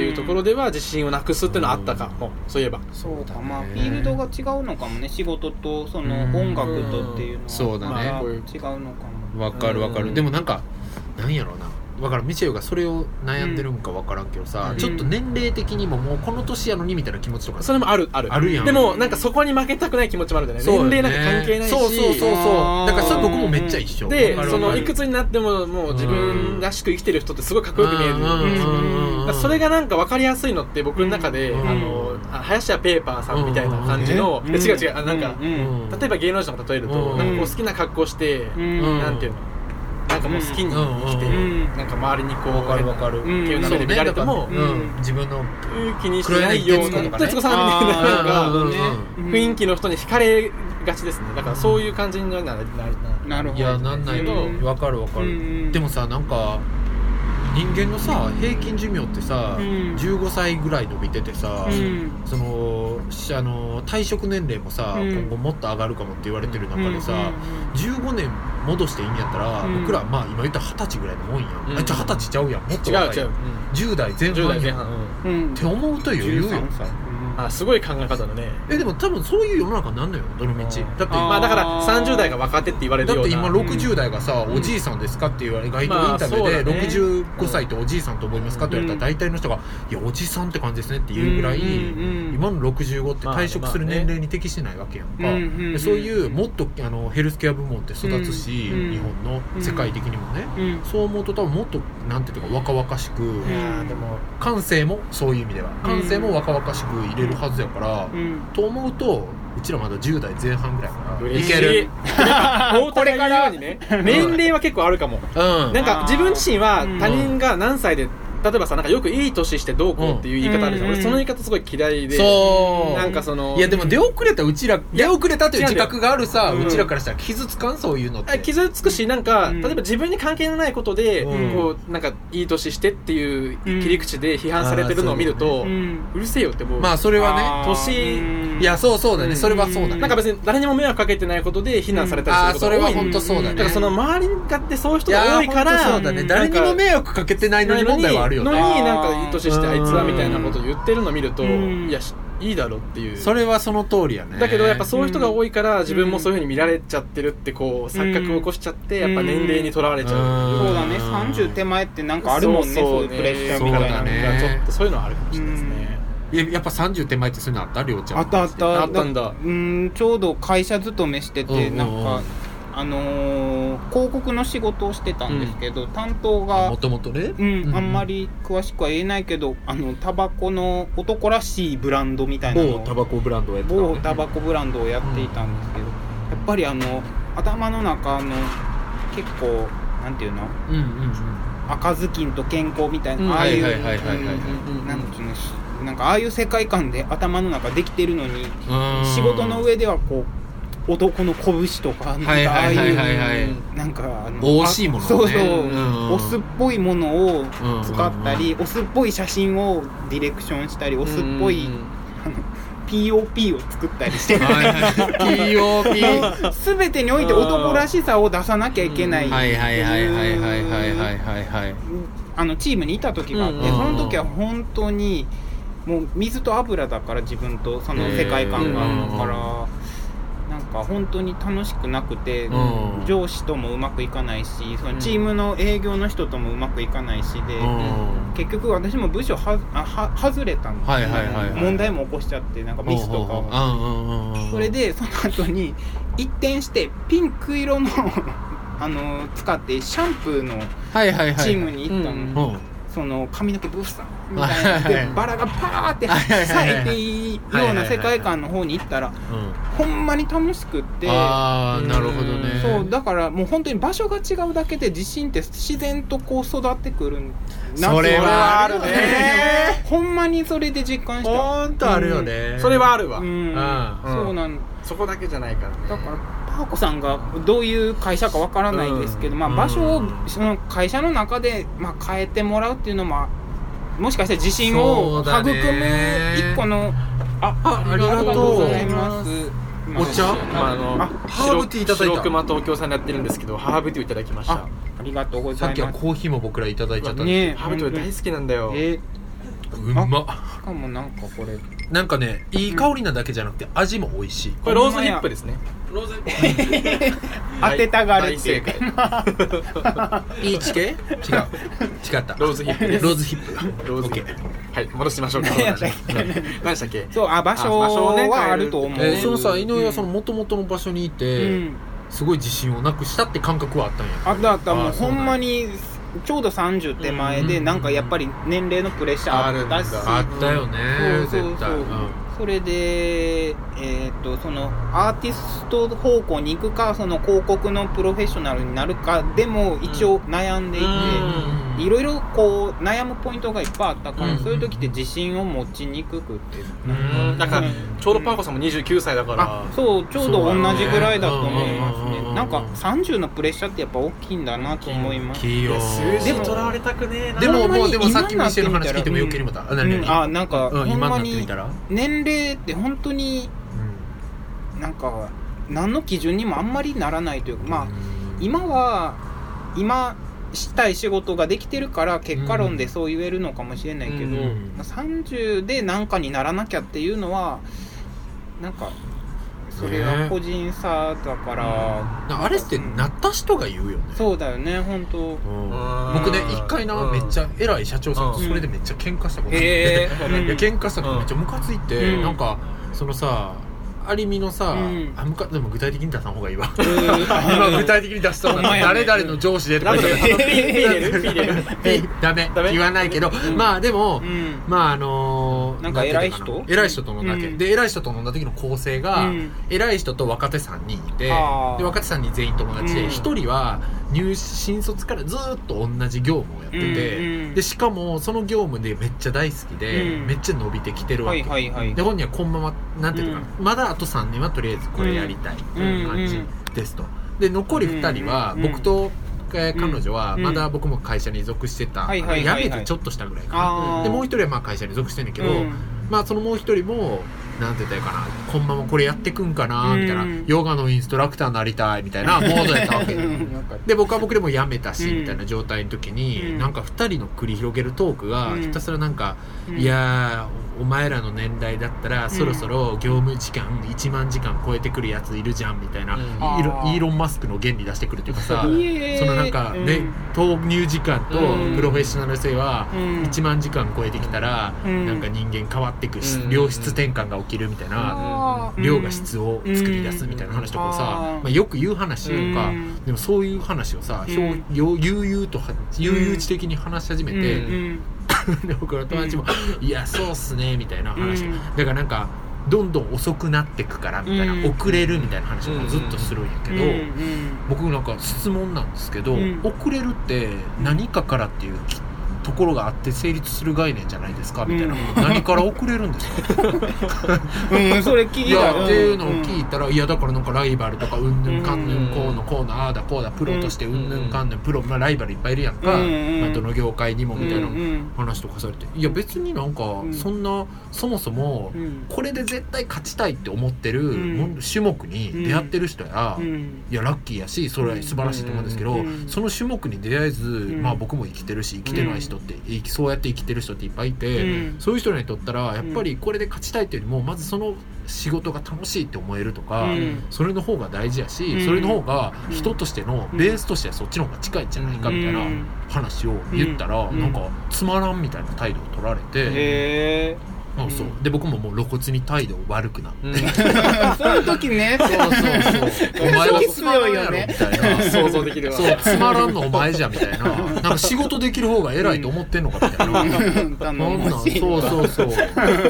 [SPEAKER 1] いうところでは自信をなくすっていうのはあったかもそういえば
[SPEAKER 2] そうか、
[SPEAKER 3] だね
[SPEAKER 2] まあフィールドが違うのかもね仕事とその
[SPEAKER 3] うん
[SPEAKER 2] 音楽とっていうのは
[SPEAKER 3] そうだね
[SPEAKER 2] まあ
[SPEAKER 1] こう
[SPEAKER 2] 違
[SPEAKER 1] いう
[SPEAKER 2] うのかも
[SPEAKER 3] わかるわか
[SPEAKER 1] う
[SPEAKER 3] る
[SPEAKER 1] ん
[SPEAKER 3] でもなんかなんやろうなわからんミシェルがそれを悩んでるんかわからんけどさ、
[SPEAKER 1] うん
[SPEAKER 3] ちょっと年齢的にももうこの年やのにみたいな気持ちとか
[SPEAKER 1] それもあるある
[SPEAKER 3] あるやん
[SPEAKER 1] でもなんかそこに負けたくない気持ちもあるんだよね
[SPEAKER 3] そうよね
[SPEAKER 1] 年齢なんか関係ないし
[SPEAKER 3] そうそうそう
[SPEAKER 2] あ
[SPEAKER 3] そ
[SPEAKER 2] ー
[SPEAKER 3] うだからそれ僕もめっちゃ一緒
[SPEAKER 1] で
[SPEAKER 3] わかる
[SPEAKER 1] そ
[SPEAKER 3] わ
[SPEAKER 1] の
[SPEAKER 3] か
[SPEAKER 1] い
[SPEAKER 3] る
[SPEAKER 1] くつになってももう自分らしく生きてる人ってすごいかっこよく見える
[SPEAKER 3] うんうん
[SPEAKER 1] だからそれがなんか分かりやすいのって僕の中で、
[SPEAKER 3] うん
[SPEAKER 1] あのあ林家ペーパーさんみたいな感じの、
[SPEAKER 2] うん
[SPEAKER 1] え違う違うあなんか、
[SPEAKER 2] うん
[SPEAKER 1] 例えば芸能人を例えると、
[SPEAKER 3] うん
[SPEAKER 1] なんかこう好きな格好して、
[SPEAKER 2] うん
[SPEAKER 3] うん
[SPEAKER 1] なんていうのなんかもう好きに生きて、
[SPEAKER 3] うん
[SPEAKER 2] うん
[SPEAKER 1] なんか周りにこう
[SPEAKER 3] わかるわかる
[SPEAKER 1] っていう
[SPEAKER 3] そ
[SPEAKER 1] 中で
[SPEAKER 3] うね
[SPEAKER 1] 見られても、
[SPEAKER 3] だから
[SPEAKER 2] うん
[SPEAKER 3] 自分の
[SPEAKER 1] うん気にしてないよう
[SPEAKER 3] 黒
[SPEAKER 1] な
[SPEAKER 3] 柳徹子とかね
[SPEAKER 1] 徹子さんみたいななんか
[SPEAKER 3] うん
[SPEAKER 1] 雰囲気の人に惹かれがちですねだからそういう感じにはなるなるな
[SPEAKER 2] なるほど
[SPEAKER 3] いやなんないの
[SPEAKER 2] うん
[SPEAKER 3] わかるわか
[SPEAKER 2] うんうん
[SPEAKER 3] るでもさなんか人間のさ平均寿命ってさ
[SPEAKER 2] うん
[SPEAKER 3] 15歳ぐらい伸びててさ
[SPEAKER 2] うん
[SPEAKER 3] そのしあの退職年齢もさ、
[SPEAKER 2] うん
[SPEAKER 3] 今後もっと上がるかもって言われてる中でさ、
[SPEAKER 2] うん
[SPEAKER 3] 15年戻していいんやったら、
[SPEAKER 2] うん
[SPEAKER 3] 僕らまあ今言ったら二十歳ぐらいのもんや、
[SPEAKER 1] うん
[SPEAKER 3] ん、あじゃあ二十歳ちゃうやんもっと
[SPEAKER 1] 違う
[SPEAKER 3] 若い
[SPEAKER 1] 違う、
[SPEAKER 3] 10代前
[SPEAKER 1] 10
[SPEAKER 3] 半
[SPEAKER 1] 代
[SPEAKER 3] や
[SPEAKER 1] 前
[SPEAKER 3] んっ
[SPEAKER 1] 半、うん
[SPEAKER 2] うん
[SPEAKER 3] て思うと余裕よ
[SPEAKER 2] 13歳うん
[SPEAKER 1] あすごい考え方だね
[SPEAKER 3] えでも多分そういう世の中なんのよどの道だって
[SPEAKER 1] ま
[SPEAKER 2] あ
[SPEAKER 1] あ
[SPEAKER 2] ー
[SPEAKER 1] だから30代が若手って言われる
[SPEAKER 3] だ
[SPEAKER 1] よ
[SPEAKER 3] っ
[SPEAKER 1] う
[SPEAKER 3] て
[SPEAKER 1] な
[SPEAKER 3] 今
[SPEAKER 2] ろ
[SPEAKER 3] 60代がさ、おじいさんですかって言われ街頭インタビュ
[SPEAKER 1] まあそ
[SPEAKER 3] ー
[SPEAKER 1] うだ
[SPEAKER 3] で
[SPEAKER 1] ね
[SPEAKER 3] 65歳っておじいさんと思いますかって言われたら大体の人が「いやおじさんって感じですね」って言うぐらい、
[SPEAKER 2] うんうん
[SPEAKER 3] 今の65って退職する年齢に適してないわけやんか、
[SPEAKER 2] まあねうんうんうん
[SPEAKER 3] でそういうもっとあのヘルスケア部門って育つし、
[SPEAKER 2] うんうん
[SPEAKER 3] 日本の
[SPEAKER 2] うん
[SPEAKER 3] 世界的にもね、
[SPEAKER 2] うん
[SPEAKER 3] そう思うと多分もっとなんていうか若々しく、
[SPEAKER 1] いやーでも
[SPEAKER 3] 感性もそういう意味では感性も若々しく入れるはずやから、
[SPEAKER 2] うん
[SPEAKER 3] と思うとうちらまだ10代前半ぐらいかな
[SPEAKER 1] 嬉
[SPEAKER 3] い
[SPEAKER 1] し
[SPEAKER 3] ける
[SPEAKER 1] これから ね年齢は結構あるかも
[SPEAKER 3] うん
[SPEAKER 1] なんか自分自身は
[SPEAKER 2] うん
[SPEAKER 1] 他人が何歳で例えばさなんかよくいい年してどうこうっていう言い方あるじゃん、
[SPEAKER 2] うん
[SPEAKER 1] 俺その言い方すごい嫌いで
[SPEAKER 3] そう
[SPEAKER 1] なんかその
[SPEAKER 3] いやでも出遅れたうちら出遅れたという自覚があるさ
[SPEAKER 1] 違うんだよ
[SPEAKER 3] うちらからしたら傷つかんそういうのって
[SPEAKER 1] あ傷つくしなんか、
[SPEAKER 2] うん
[SPEAKER 1] 例えば自分に関係のないことで、
[SPEAKER 3] うん
[SPEAKER 1] こうなんかいい年してっていう切り口で批判されてるのを見る
[SPEAKER 3] あー
[SPEAKER 1] と、
[SPEAKER 3] そ
[SPEAKER 2] う
[SPEAKER 3] う
[SPEAKER 1] る
[SPEAKER 2] ん
[SPEAKER 1] せえよってもう、
[SPEAKER 3] まあそれは
[SPEAKER 2] あー
[SPEAKER 1] 年
[SPEAKER 2] うん
[SPEAKER 3] ねいやそうそうだね、
[SPEAKER 1] うん
[SPEAKER 3] それはそうだね
[SPEAKER 1] なんか別に誰にも迷惑かけてないことで非難されたりす
[SPEAKER 3] あ
[SPEAKER 1] るこ
[SPEAKER 3] ー
[SPEAKER 1] と
[SPEAKER 3] そ
[SPEAKER 1] が
[SPEAKER 3] れ
[SPEAKER 1] 多、
[SPEAKER 3] はい本当そうだね
[SPEAKER 1] だからその周りがってそういう人
[SPEAKER 3] いや
[SPEAKER 1] が
[SPEAKER 3] ー
[SPEAKER 1] 多いから
[SPEAKER 3] ほんとそうだね
[SPEAKER 2] うん
[SPEAKER 3] 誰にも迷惑かけてないのにもんだはあるよ
[SPEAKER 1] の
[SPEAKER 3] ね
[SPEAKER 1] に
[SPEAKER 2] あー
[SPEAKER 1] なんかいい年してあいつはみたいなこと言ってるの見ると、
[SPEAKER 2] うん
[SPEAKER 1] いやしいいだろっていう
[SPEAKER 3] それはその通りやね
[SPEAKER 1] だけどやっぱそういう人が多いから自分もそういうふうに見られちゃってるってこう錯覚を起こしちゃってやっぱ年齢にとらわれちゃう
[SPEAKER 2] そうだね30手前ってなんかあるもんねそういうプレッシャーみたいな
[SPEAKER 3] そうだね
[SPEAKER 1] なんかちょっとそういうのはあるかもしれないですね、
[SPEAKER 3] いややっぱ30手前ってそういうのあったりょうちゃん
[SPEAKER 2] あったあった
[SPEAKER 1] あったんだ
[SPEAKER 2] うんちょうど会社勤めしてて、
[SPEAKER 3] うん
[SPEAKER 2] なん
[SPEAKER 3] うん
[SPEAKER 2] か
[SPEAKER 3] うん
[SPEAKER 2] あのー広告の仕事をしてたんですけど、担当が
[SPEAKER 3] もともとね
[SPEAKER 2] うん、あんまり詳しくは言えないけどあのタバコの男らしいブランドみたいなの
[SPEAKER 3] 某
[SPEAKER 2] を
[SPEAKER 3] タバコブランドをやってたのね
[SPEAKER 2] 某タバコブランドをやっていたんですけど、やっぱりあの頭の中あの結構なんていうの
[SPEAKER 3] うんうんうん
[SPEAKER 2] 赤ずきんと健康みたいな、
[SPEAKER 1] うん
[SPEAKER 2] ああいう、
[SPEAKER 3] はいはいはいはいはいはい
[SPEAKER 2] うんなんていうのしなんかああいう世界観で頭の中できてるのに
[SPEAKER 3] うん
[SPEAKER 2] 仕事の上ではこう男の拳とかなんかああ
[SPEAKER 3] はいいうはいはい
[SPEAKER 2] なんかあの
[SPEAKER 3] お惜しいものをね
[SPEAKER 2] そうそう、
[SPEAKER 3] うん
[SPEAKER 2] オスっぽいものを
[SPEAKER 3] ん
[SPEAKER 2] 使ったり、オスっぽい写真をディレクションしたりオスっぽい、あの POP を作ったりしてる
[SPEAKER 3] はいはい POP
[SPEAKER 2] 全てにおいて男らしさを出さなきゃいけないって
[SPEAKER 3] はいはいはいはいはいはいはい
[SPEAKER 2] いう
[SPEAKER 3] はいはい
[SPEAKER 2] あのチームにいた時があって、
[SPEAKER 1] うん
[SPEAKER 2] その時は本当にもう水と油だから自分とその世界観が
[SPEAKER 3] うん
[SPEAKER 2] だから。なんか本当に楽しくなくて、
[SPEAKER 3] うん
[SPEAKER 2] 上司ともうまくいかないしそのチームの営業の人ともうまくいかないしで、
[SPEAKER 3] うん
[SPEAKER 2] 結局私も部署はあは外れたんですよ
[SPEAKER 3] はいはいはいはい
[SPEAKER 2] 問題も起こしちゃってなんかミスとかを
[SPEAKER 3] うんうんうんうん
[SPEAKER 2] それでその後に一転してピンク色のあの使ってシャンプーの
[SPEAKER 3] はいはいはい
[SPEAKER 2] チームに行ったの、
[SPEAKER 1] うん
[SPEAKER 3] うん
[SPEAKER 2] その髪の毛ブッサーみたいな
[SPEAKER 3] は
[SPEAKER 2] っ
[SPEAKER 3] い
[SPEAKER 2] てバラがパーって
[SPEAKER 3] はいはいはい
[SPEAKER 2] 咲いていいような世界観の方に行ったら
[SPEAKER 3] うん
[SPEAKER 2] ほんまに楽しくって
[SPEAKER 3] ああなるほどね
[SPEAKER 2] そうだからもう本当に場所が違うだけで地震って自然とこう育ってくるんだ
[SPEAKER 3] それはあ
[SPEAKER 2] ね
[SPEAKER 3] るね
[SPEAKER 2] ほんまにそれで実感した
[SPEAKER 3] ほんとあるよね
[SPEAKER 1] それはあるわ、
[SPEAKER 2] うん
[SPEAKER 3] あ
[SPEAKER 1] ー
[SPEAKER 2] そうなん
[SPEAKER 1] そこだけじゃないからね
[SPEAKER 2] だからパーコさんがどういう会社かわからないですけど、
[SPEAKER 1] うん
[SPEAKER 2] まあ、場所
[SPEAKER 3] う
[SPEAKER 2] を
[SPEAKER 3] ん
[SPEAKER 2] その会社の中で、まあ、変えてもらうっていうのももしかしたら自信を
[SPEAKER 3] そうだ
[SPEAKER 2] 育む
[SPEAKER 3] ね
[SPEAKER 2] 一個のあ
[SPEAKER 3] あありがとう
[SPEAKER 2] ありがございます
[SPEAKER 3] お茶
[SPEAKER 1] まあ、あの
[SPEAKER 2] あ
[SPEAKER 3] ハーブティーいただいた
[SPEAKER 1] 白白熊東京さんでやってるんですけどハーブティーをいただきました
[SPEAKER 2] あありがとうご
[SPEAKER 3] さ
[SPEAKER 2] ざ
[SPEAKER 3] っ
[SPEAKER 2] い
[SPEAKER 3] きは
[SPEAKER 2] ます
[SPEAKER 3] コーヒーも僕らいただいちゃったんで
[SPEAKER 2] ね
[SPEAKER 1] ハーブティー大好きなんだよ、
[SPEAKER 2] え
[SPEAKER 3] うまっ
[SPEAKER 2] ー、しかもなんかこれ
[SPEAKER 3] なんかねいい香りなだけじゃなくて味も美味しい
[SPEAKER 1] これローズヒップですねローズヒップ
[SPEAKER 2] 当てたがるっていう
[SPEAKER 1] 大正解いい地形
[SPEAKER 3] 違う違った
[SPEAKER 1] ローズヒップです
[SPEAKER 3] ローズヒップ
[SPEAKER 1] ローズヒップはい戻しましょうか
[SPEAKER 2] 何やったっ
[SPEAKER 1] 何でしたっけ
[SPEAKER 2] そうあ場所
[SPEAKER 1] あ場所をね
[SPEAKER 2] はあると思う、
[SPEAKER 1] 変え
[SPEAKER 3] え
[SPEAKER 1] る
[SPEAKER 3] ーそのさ井上はその
[SPEAKER 2] うん
[SPEAKER 3] 元々の場所にいうて
[SPEAKER 2] ん、
[SPEAKER 3] すごい自信をなくしたって感覚はあったんや
[SPEAKER 2] あったあったもう
[SPEAKER 3] あそう
[SPEAKER 2] ほ
[SPEAKER 3] なん
[SPEAKER 2] んまにちょうど30手前で、
[SPEAKER 3] うん
[SPEAKER 2] なんかやっぱり年齢のプレッシャーあったし
[SPEAKER 1] あるんだ
[SPEAKER 3] あったよね
[SPEAKER 2] そうそう
[SPEAKER 3] 絶
[SPEAKER 2] そ
[SPEAKER 3] 対
[SPEAKER 2] う、それで、えーっとそのアーティスト方向に行くかその広告のプロフェッショナルになるかでも一応悩んでいて、
[SPEAKER 3] うん
[SPEAKER 2] いろいろこう悩むポイントがいっぱいあったから、
[SPEAKER 3] うん
[SPEAKER 2] そういう時って自信を持ちにくくって、
[SPEAKER 3] うん
[SPEAKER 1] だから
[SPEAKER 2] うん
[SPEAKER 1] ちょうどパーコさんも29歳だから
[SPEAKER 2] あそうちょうど同じぐらいだと思います
[SPEAKER 3] そうだねうんうんうんう
[SPEAKER 2] ね
[SPEAKER 3] ん
[SPEAKER 2] なんか30のプレッシャーってやっぱ大きいんだなと思います
[SPEAKER 3] 器用
[SPEAKER 1] で
[SPEAKER 2] で
[SPEAKER 1] も
[SPEAKER 2] も
[SPEAKER 1] とらわれたくねえな
[SPEAKER 3] で
[SPEAKER 2] ほ
[SPEAKER 3] も
[SPEAKER 2] んまに
[SPEAKER 3] もうでもさっき
[SPEAKER 2] 今にな
[SPEAKER 3] ミ
[SPEAKER 2] って
[SPEAKER 3] シェル
[SPEAKER 2] み
[SPEAKER 3] の
[SPEAKER 2] たら
[SPEAKER 3] 話聞いてもよければだあ
[SPEAKER 2] う
[SPEAKER 3] 何
[SPEAKER 2] ん、
[SPEAKER 3] 々
[SPEAKER 2] あなんか、
[SPEAKER 3] うん
[SPEAKER 2] ほん
[SPEAKER 3] 今
[SPEAKER 2] ま
[SPEAKER 3] になってみ
[SPEAKER 2] に
[SPEAKER 3] たら
[SPEAKER 2] 年齢って本当になんか何の基準にもあんまりならないというかまあ今は今したい仕事ができてるから結果論でそう言えるのかもしれないけど、
[SPEAKER 1] うん
[SPEAKER 2] まあ30で何かにならなきゃっていうのはなんかそれは個人差だから、
[SPEAKER 3] あれってなった人が言うよね
[SPEAKER 2] そうだよね本当
[SPEAKER 3] う
[SPEAKER 1] う
[SPEAKER 3] ん
[SPEAKER 1] ん
[SPEAKER 3] 僕ね一回な
[SPEAKER 1] うん
[SPEAKER 3] めっちゃ偉い社長さんと
[SPEAKER 1] うん
[SPEAKER 3] それでめっちゃ喧嘩したことあって
[SPEAKER 1] へえ
[SPEAKER 2] うん
[SPEAKER 3] いや喧嘩したからめっちゃムカついて、
[SPEAKER 2] うん
[SPEAKER 3] なんかそのさアリミのさ、
[SPEAKER 2] うん
[SPEAKER 3] あムカでも具体的に出さん方がいいわ今具
[SPEAKER 2] 今
[SPEAKER 3] 体的に出した
[SPEAKER 2] ほ
[SPEAKER 3] ら
[SPEAKER 2] んまやね
[SPEAKER 3] 誰々の上司でと
[SPEAKER 1] ダメ
[SPEAKER 3] か言
[SPEAKER 1] だ
[SPEAKER 3] っ
[SPEAKER 1] よ
[SPEAKER 3] て
[SPEAKER 1] ピー入れるピ ー入れる
[SPEAKER 3] えダメ
[SPEAKER 1] ダメ
[SPEAKER 3] 言わないけど、まあでも、
[SPEAKER 2] うん
[SPEAKER 3] まああのー
[SPEAKER 2] なんか偉い人
[SPEAKER 3] なんてうのかな偉い人と飲んだけ、
[SPEAKER 2] うん
[SPEAKER 3] で偉い人と飲んだ時の構成が、
[SPEAKER 2] うん
[SPEAKER 3] 偉い人と若手3人いてで
[SPEAKER 2] あー
[SPEAKER 3] 若手3人全員友達
[SPEAKER 2] う
[SPEAKER 3] で
[SPEAKER 2] ん
[SPEAKER 3] 一人は入新卒からずーっと同じ業務をやってて、
[SPEAKER 2] うんうん
[SPEAKER 3] でしかもその業務でめっちゃ大好きで、
[SPEAKER 2] うん
[SPEAKER 3] めっちゃ伸びてきてるわ
[SPEAKER 2] は
[SPEAKER 3] け、
[SPEAKER 2] いはいはい
[SPEAKER 3] で本人はこんままなんていうのかな、まだあと3年はとりあえずこれやりたいという感
[SPEAKER 2] うん
[SPEAKER 3] じですと、で残り2人は
[SPEAKER 2] うん
[SPEAKER 3] 僕
[SPEAKER 2] う
[SPEAKER 3] と、えー
[SPEAKER 2] ん
[SPEAKER 3] 彼女は
[SPEAKER 2] うん
[SPEAKER 3] まだ僕も会社に属してた、
[SPEAKER 2] はいはいはいはい
[SPEAKER 3] 辞めてちょっとしたぐらいかな、
[SPEAKER 2] あー
[SPEAKER 3] でもう一人はまあ会社に属してんねんけど、
[SPEAKER 2] うん
[SPEAKER 3] まあそのもう一人もなんて言ったらいいかなこんままこれやってくんかなみたいな、
[SPEAKER 2] うん
[SPEAKER 3] ヨガのインストラクターになりたいみたいな モードやったわけ
[SPEAKER 2] うんなんか
[SPEAKER 3] で僕は僕でも辞めたし、
[SPEAKER 2] うん
[SPEAKER 3] みたいな状態の時に、
[SPEAKER 2] うん
[SPEAKER 3] なんか2人の繰り広げるトークが
[SPEAKER 2] うん
[SPEAKER 3] ひたすらなんか、
[SPEAKER 2] うん
[SPEAKER 3] いやーお前らの年代だったらそろそろ業務時間1万時間超えてくるやついるじゃんみたいな、
[SPEAKER 1] うん
[SPEAKER 3] イーロ
[SPEAKER 2] あー
[SPEAKER 3] ンイーロン・マスクの原理出してくるっていうかさ
[SPEAKER 2] いえ
[SPEAKER 3] そのなんか、ね
[SPEAKER 2] うん
[SPEAKER 3] 投入時間と
[SPEAKER 1] うん
[SPEAKER 3] プロフェッショナル性は
[SPEAKER 2] うん
[SPEAKER 3] 1万時間超えてきたら、
[SPEAKER 2] うん
[SPEAKER 3] なんか人間変わってくし、
[SPEAKER 1] うん
[SPEAKER 3] 良質転換が起きるみたいな、
[SPEAKER 2] あー
[SPEAKER 3] 量が質を作り出すみたいな話とかを
[SPEAKER 2] うん
[SPEAKER 3] さ、
[SPEAKER 2] あー
[SPEAKER 3] まあ、よく言う話とか、
[SPEAKER 2] うん
[SPEAKER 3] でもそういう話をさ、ひょ
[SPEAKER 2] うん
[SPEAKER 3] うよ悠々とは悠々自適に話し始めて、
[SPEAKER 1] うん
[SPEAKER 3] で僕の友達も「いやそうっすね」みたいな話、
[SPEAKER 2] うん
[SPEAKER 3] だからなんかどんどん遅くなってくからみたいな、
[SPEAKER 2] うん
[SPEAKER 3] 遅れるみたいな話をずっとするんやけど、僕なんか質問なんですけど、
[SPEAKER 2] うん
[SPEAKER 3] 遅れるって何かからっていうきところがあって成立する概念じゃないですかみたいな、何から遅れるんです か
[SPEAKER 2] うん、それ聞
[SPEAKER 3] い
[SPEAKER 2] いた
[SPEAKER 3] やっていうのを聞いたら、いやだからなんかライバルとかうんぬんかんぬんこうのこうのああだこうだプロとしてうんぬんかんぬんプロ、まあ、ライバルいっぱいいるやんか、
[SPEAKER 2] うんうん
[SPEAKER 3] まあ、どの業界にもみたいな
[SPEAKER 2] うんうん
[SPEAKER 3] 話とかされていや別になんか
[SPEAKER 2] ん
[SPEAKER 3] そんな、そもそも
[SPEAKER 2] うん
[SPEAKER 3] これで絶対勝ちたいって思ってるもん
[SPEAKER 2] うん
[SPEAKER 3] 種目に出会ってる人や、
[SPEAKER 2] うん
[SPEAKER 3] いやラッキーやしそれは素晴らしいと思うんですけど、
[SPEAKER 2] うんうん
[SPEAKER 3] その種目に出会えず、
[SPEAKER 2] ん
[SPEAKER 3] まあ、僕も生きてるし生きてない人って、生きそうやって生きてる人っていっぱいいて、
[SPEAKER 2] うん
[SPEAKER 3] そういう人にとったらやっぱりこれで勝ちたいっていうよりもまずその仕事が楽しいって思えるとか、
[SPEAKER 2] うん
[SPEAKER 3] それの方が大事やし、
[SPEAKER 2] うん
[SPEAKER 3] それの方が人としてのベースとしてはそっちの方が近いんじゃないかみたいな
[SPEAKER 2] うん
[SPEAKER 3] 話を言ったら、
[SPEAKER 2] うん
[SPEAKER 3] なんかつまらんみたいな態度を取られて、
[SPEAKER 2] へえ
[SPEAKER 3] あそうで僕ももう露骨に態度悪くなって。
[SPEAKER 1] うん
[SPEAKER 2] その時 ね
[SPEAKER 3] そうそうそう。お前はつまらんやろみたいな。
[SPEAKER 1] 想像できるわ
[SPEAKER 3] そう、つまらんのお前じゃ みたいな。なんか仕事できる方が偉いと思ってんのかみたいな。なん
[SPEAKER 2] 頼
[SPEAKER 3] なん
[SPEAKER 2] も
[SPEAKER 3] そ
[SPEAKER 2] しいわ
[SPEAKER 3] うそうそう。